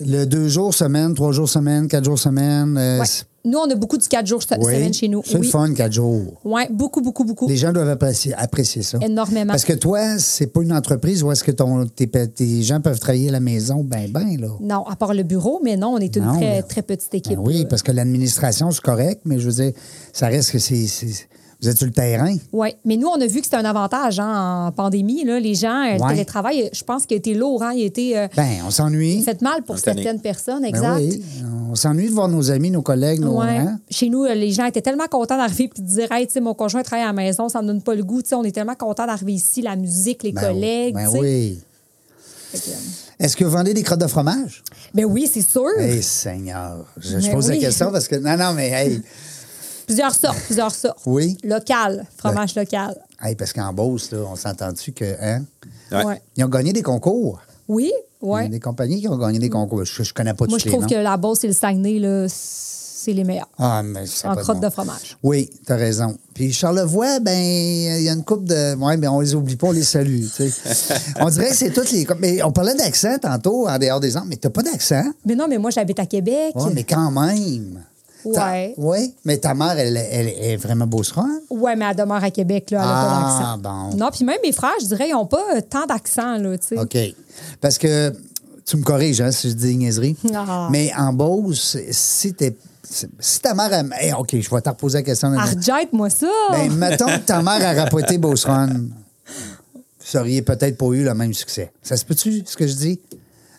le deux jours semaine, trois jours semaine, quatre jours semaine. euh,
Ouais.
c'est-
Nous, on a beaucoup du 4 jours se-
oui.
semaine chez nous.
C'est le
Oui.
fun, quatre jours.
Ouais, beaucoup, beaucoup, beaucoup.
Les gens doivent apprécier, apprécier ça.
Énormément.
Parce que toi, c'est pas une entreprise où est-ce que ton, tes, pe- tes gens peuvent travailler à la maison, ben, ben, là.
Non, à part le bureau, mais non, on est une
Non,
très,
là.
très petite
Ben
équipe.
oui, parce que l'administration, c'est correct, mais je veux dire, ça reste que c'est. c'est- Vous êtes sur le terrain.
Oui, mais nous, on a vu que c'était un avantage hein, en pandémie. Là, les gens, euh,
Ouais.
le télétravail, euh, je pense qu'il a été lourd. Hein, il a été euh,
Ben, on s'ennuie.
fait mal pour
On est tanné.
certaines personnes,
Ben
exact.
oui, on s'ennuie de voir nos amis, nos collègues, nos.
Ouais.
hein?
Chez nous, euh, les gens étaient tellement contents d'arriver puis de dire Hey, tu sais, mon conjoint travaille à la maison, ça me donne pas le goût. Tu sais, on est tellement contents d'arriver ici, la musique, les
Ben,
collègues.
ben
tu sais.
oui.
Fait que, euh,
Est-ce que vous vendez des crottes de fromage?
ben oui, c'est sûr.
Eh, Seigneur. Je, je
Ben
pose la
oui.
question parce
[laughs]
que. Non, non, mais, hey.
Plusieurs sortes, plusieurs sortes.
Oui.
Local, fromage local.
hey, parce qu'en Beauce, là, on s'entend-tu que. Hein?
Ouais.
Ouais.
Ils ont gagné des concours.
Oui,
Il y
oui.
a des compagnies qui ont gagné des concours. Je, je connais pas
Moi,
tous
je
les
trouve
noms.
que la Beauce et le Saguenay, là, c'est les meilleurs.
Ah, mais ça a
En
pas
crotte
bon.
de fromage.
Oui, t'as raison. Puis Charlevoix, ben, il y a une coupe de. Oui, mais on les oublie pas, on les salue. tu sais. on dirait que c'est toutes les. coupes. Mais on parlait d'accent tantôt, en dehors des ans, mais t'as pas d'accent.
Mais non, mais moi, j'habite à Québec.
Ouais, mais quand même. Ta-
Ouais.
Oui, mais ta mère, elle, elle est vraiment beauceronne.
Ouais, mais elle demeure à Québec, là, elle n'a
Ah,
pas d'accent.
bon.
Non, puis même mes frères, je dirais, ils n'ont pas euh, tant d'accent, là, tu sais.
OK. Parce que tu me corriges hein, si je dis niaiserie.
Ah.
Mais en Beauce, si, t'es- si ta mère. elle- eh, OK, je vais te reposer la question. dans-
Arjette, moi ça!
Ben, mettons que ta mère a rapoté Beauceron. Vous auriez peut-être pas eu le même succès. Ça se peut-tu, ce que je dis?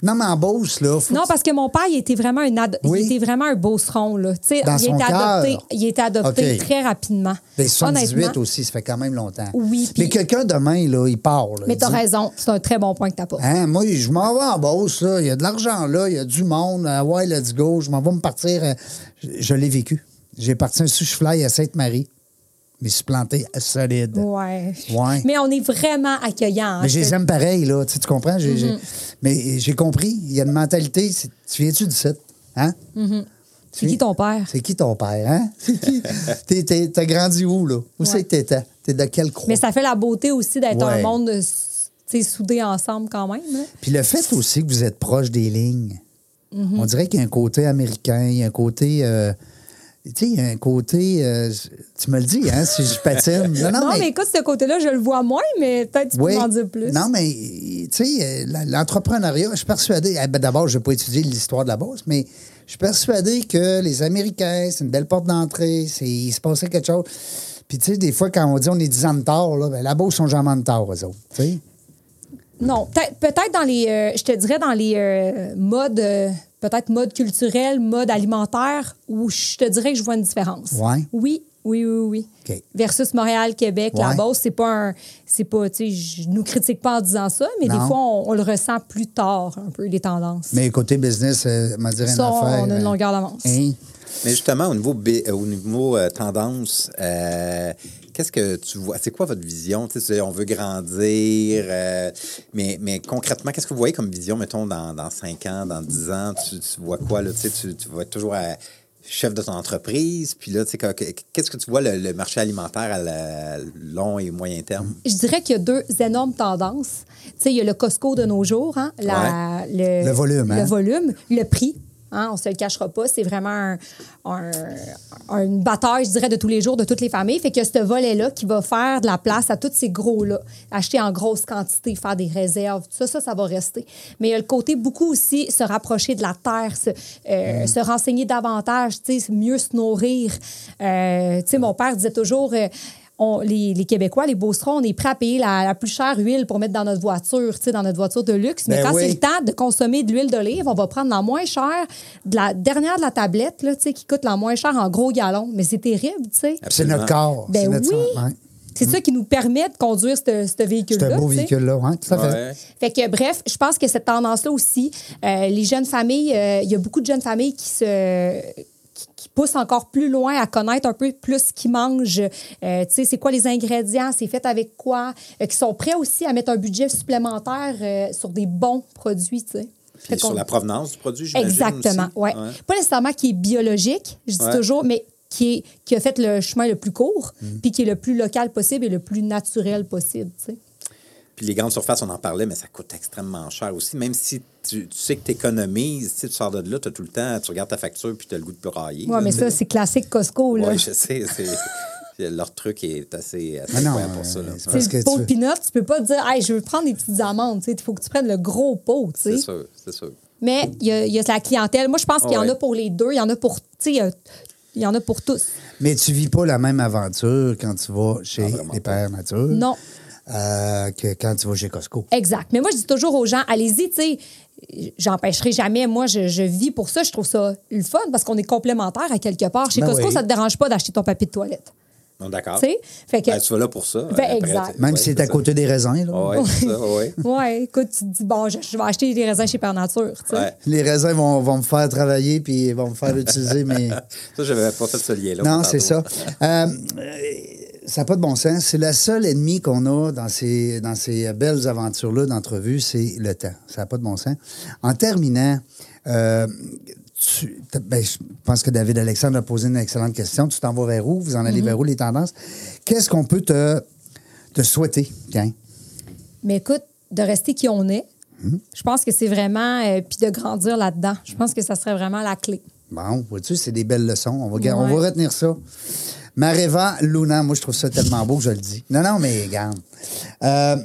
Non, mais en Beauce, là. faut-
non, parce que mon père, il était vraiment un, ado-
Oui.
il était vraiment un beauceron, là. Tu sais,
Dans
il,
son
était adopté,
cœur.
il était adopté
OK.
très rapidement.
Ben, 78
Honnêtement.
aussi, ça fait quand même longtemps.
Oui,
Mais
puis-
quelqu'un demain, là, il part. là,
Mais
il
t'as
dit,
raison, c'est un très bon point que t'as pas.
Hein, moi, je m'en vais en Beauce, là. Il y a de l'argent là, il y a du monde. Ah ouais, let's go. Je m'en vais me partir. euh, Je, je l'ai vécu. J'ai parti un souche-fly à Sainte-Marie. Mais je suis planté solide.
Ouais.
Ouais.
Mais on est vraiment accueillants. hein.
Mais je
Je-
les aime pareil, là. Tu, sais, tu comprends? J'ai- j'ai-
Mm-hmm.
Mais j'ai compris. Il y a une mentalité. c'est- Tu viens-tu du site? Hein?
C'est qui ton père?
C'est qui ton père? Hein? [laughs] C'est qui? T'es- t'es- T'as grandi où, là? Où c'est que t'étais? T'es de quelle croix?
Mais ça fait la beauté aussi d'être
Ouais.
un monde euh, s- tu sais, soudé ensemble quand même. hein. là.
Puis le fait aussi que vous êtes proche des lignes.
Mm-hmm.
On dirait qu'il y a un côté américain, il y a un côté. euh, tu sais, il y a un côté. euh, tu me le dis, hein, si je patine. Non, non,
Non, mais...
mais.
écoute, ce côté-là, je le vois moins, mais peut-être tu
oui.
peux m'en dire plus.
Non, mais, tu sais, euh, la- l'entrepreneuriat, je suis persuadé. eh ben, D'abord, je n'ai pas étudié l'histoire de la bourse, mais je suis persuadé que les Américains, c'est une belle porte d'entrée, c'est- il se passait quelque chose. Puis, tu sais, des fois, quand on dit on est 10 ans de tard, là, ben, la bourse, sont jamais en retard, eux autres. tu sais.
Non, peut-être peut-être dans les, euh, je te dirais dans les euh, modes, euh, peut-être mode culturel, mode alimentaire, où je te dirais que je vois une différence.
Ouais.
Oui, oui, oui, oui.
OK.
Versus Montréal, Québec, la
Ouais.
Beauce, c'est pas un. C'est pas, tu sais, je nous critique pas en disant ça, mais des
Non.
fois, on, on le ressent plus tard, un peu, les tendances.
Mais côté business, euh, m'a dit rien
ça,
à
on,
faire.
on a
euh,
une longueur d'avance.
hein?
Mais justement, au niveau, B- euh, au niveau euh, tendance, euh, qu'est-ce que tu vois? C'est quoi votre vision? Tu sais, on veut grandir, euh, mais, mais concrètement, qu'est-ce que vous voyez comme vision, mettons, dans, dans 5 ans, dans 10 ans? Tu, tu vois quoi? Là, tu, sais, tu, tu vas être toujours euh, chef de ton entreprise, puis là, tu sais, que- que- qu'est-ce que tu vois le, le marché alimentaire à la- long et moyen terme?
Je dirais qu'il y a deux énormes tendances. Tu sais, il y a le Costco de nos jours, hein, la-
Le volume, hein?
Le volume, le prix. Hein, on ne se le cachera pas, c'est vraiment un- un- un- une bataille, je dirais, de tous les jours, de toutes les familles. Fait que ce volet-là qui va faire de la place à tous ces gros-là, acheter en grosse quantité, faire des réserves, tout ça, ça, ça va rester. Mais il y a le côté beaucoup aussi se rapprocher de la terre, se, euh,
Mm.
se renseigner davantage, tu sais, mieux se nourrir. Euh, tu sais, mon père disait toujours. euh, on- les, les Québécois, les Beaucerons, on est prêts à payer la, la plus chère huile pour mettre dans notre voiture, tu sais, dans notre voiture de luxe. Mais
Ben
quand
oui.
c'est le temps de consommer de l'huile d'olive, on va prendre la moins chère, de la dernière de la tablette, là, tu sais, qui coûte la moins chère en gros gallon. Mais c'est terrible, tu sais.
Puis C'est notre corps. c'est
Ben
notre
oui.
sang, ouais.
C'est ça qui nous permet de conduire ce ce véhicule-là.
C'est un beau
tu sais.
véhicule-là, ouais, tout à fait.
Ouais.
Fait que bref, je pense que cette tendance-là aussi, euh, les jeunes familles, euh, il y a beaucoup de jeunes familles qui se qui- qui poussent encore plus loin à connaître un peu plus ce qu'ils mangent, Euh, tu sais, c'est quoi les ingrédients, c'est fait avec quoi, euh, qui sont prêts aussi à mettre un budget supplémentaire euh, sur des bons produits, tu sais. Fait
Puis sur
qu'on-
la provenance du produit, j'imagine.
Exactement,
oui.
ouais. Pas nécessairement qui est biologique, je dis
Ouais.
toujours, mais qui, est, qui a fait le chemin le plus court,
Mm.
puis qui est le plus local possible et le plus naturel possible, tu sais.
Puis les grandes surfaces, on en parlait, mais ça coûte extrêmement cher aussi. Même si tu, tu sais que tu économises, tu sors de là, tu as tout le temps, tu regardes ta facture, puis tu as le goût de brailler.
Ouais,
là,
mais
tu
ça,
sais.
c'est classique Costco, là.
Ouais, [laughs] je sais. c'est- Leur truc est assez, assez
Mais non,
incroyable pour ça. là.
euh,
Tu
c'est-
sais,
Parce que
le pot
tu-
de peanut, tu peux pas te dire, hey, je veux prendre des petites amandes. Tu sais, Il faut que tu prennes le gros pot. tu sais.
C'est sûr, c'est sûr.
Mais il y, a- il y a de la clientèle. Moi, je pense qu'il y en
Ouais.
a pour les deux. Il y en a pour. tu sais, Il y, a- il y en a pour tous.
Mais tu vis pas la même aventure quand tu vas chez
Ah, vraiment
les
pas.
Pères Nature
Non.
euh, que quand tu vas chez Costco.
Exact. Mais moi, je dis toujours aux gens, allez-y, tu sais. J'empêcherai jamais. Moi, je, je vis pour ça. Je trouve ça le fun parce qu'on est complémentaires à quelque part. Chez
Ben
Costco,
oui.
ça te dérange pas d'acheter ton papier de
[laughs]
toilette.
Non, d'accord.
Tu sais, fait que-
Ben, tu vas là pour ça.
Ben, exact.
Même si c'est à côté des raisins. là.
Oui, c'est ça,
[laughs]
oui.
Ouais, écoute, tu te dis, bon, je, je vais acheter des raisins chez Père Nature. tu sais.
Ouais.
Les raisins vont, vont me faire travailler puis vont me
[laughs]
faire utiliser mes.
Ça, je n'avais pas fait ce lien-là.
Non,
moi,
c'est ça.
tantôt.
Euh, euh, ça n'a pas de bon sens. C'est le seul ennemi qu'on a dans ces, dans ces belles aventures-là d'entrevue, c'est le temps. Ça n'a pas de bon sens. En terminant, euh, tu- t'as- ben, je pense que David Alexandre a posé une excellente question. Tu t'en vas vers où? Vous en
Mm-hmm.
allez vers où les tendances? Qu'est-ce qu'on peut te, te souhaiter, tiens?
Mais écoute, de rester qui on est,
Mhm.
je pense que c'est vraiment. euh, puis de grandir là-dedans. Je pense que ça serait vraiment la clé.
Bon, vois-tu, c'est des belles leçons. On va, gar- on
Ouais.
va retenir ça. Mareva Luna, moi, je trouve ça tellement beau que je le dis. Non, non, mais regarde. Euh,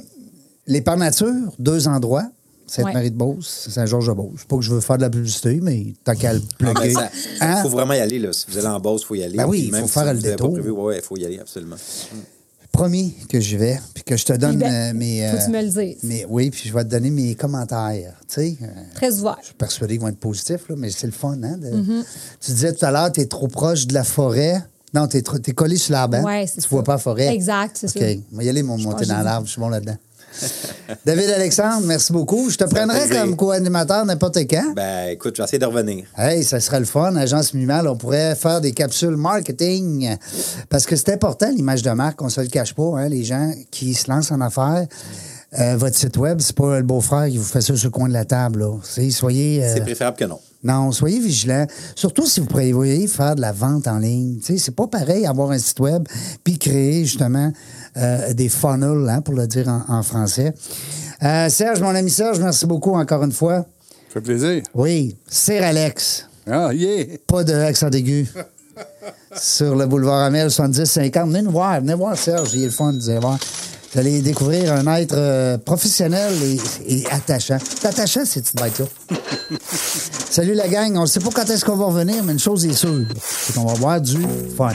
les Pères Nature, deux endroits. Sainte-Marie-de-Beauce, Saint-Georges-de-Beauce. Pas que je veux faire de la publicité, mais tant qu'à le
Ah, ben,
plugger.
ça-
Hein?
faut vraiment y aller. Là. Si vous allez en base, il faut y aller.
Ben oui,
Puis
il
même
faut
si
faire
vous
le
l'avez pas
détour.
prévu, ouais, il faut y aller, absolument.
Promis que j'y vais, puis que je te donne
Eh ben,
euh, mes...
faut que
euh,
tu me le dises.
mes- oui, puis je vais te donner mes commentaires, tu sais. euh,
Très ouvert.
Je suis persuadé qu'ils vont être positifs, là, mais c'est le fun, hein? de-
Mhm.
Tu disais tout à l'heure, tu es trop proche de la forêt. Non, tu es, collé sur l'arbre. hein?
Ouais,
tu
c'est ça.
vois pas la forêt.
Exact, c'est
OK.
ça.
On va y aller, mon monter
que j'ai
dans
dit.
l'arbre. Je suis bon là-dedans. [laughs] David Alexandre, merci beaucoup. Je te prendrai
plaisir.
comme co-animateur n'importe quand.
Ben, écoute, je vais essayer de revenir.
Hey, ça serait le fun. Agence Minimal, on pourrait faire des capsules marketing. Parce que c'est important, l'image de marque, on se le cache pas. hein, les gens qui se lancent en affaires, Euh, votre site web, c'est pas le beau-frère qui vous fait ça sur le coin de la table. Là. C'est- Soyez. euh,
C'est préférable que non.
non, soyez vigilants. Surtout si vous prévoyez faire de la vente en ligne. Tu sais, c'est pas pareil avoir un site web puis créer justement euh, des funnels, hein, pour le dire en, en français. Euh, Serge, mon ami Serge, merci beaucoup encore une fois.
Ça fait plaisir.
Oui, Sir Alex,
Ah, yeah.
pas de accent aigu. Sur le boulevard Amel 70-50. Venez nous voir, venez voir Serge, il est le fun, vous allez voir. Vous allez découvrir un être euh, professionnel et, et attachant. C'est attachant, ces petites bêtes-là. [laughs] Salut la gang, on ne sait pas quand est-ce qu'on va revenir, mais une chose est sûre, c'est qu'on va avoir du fun.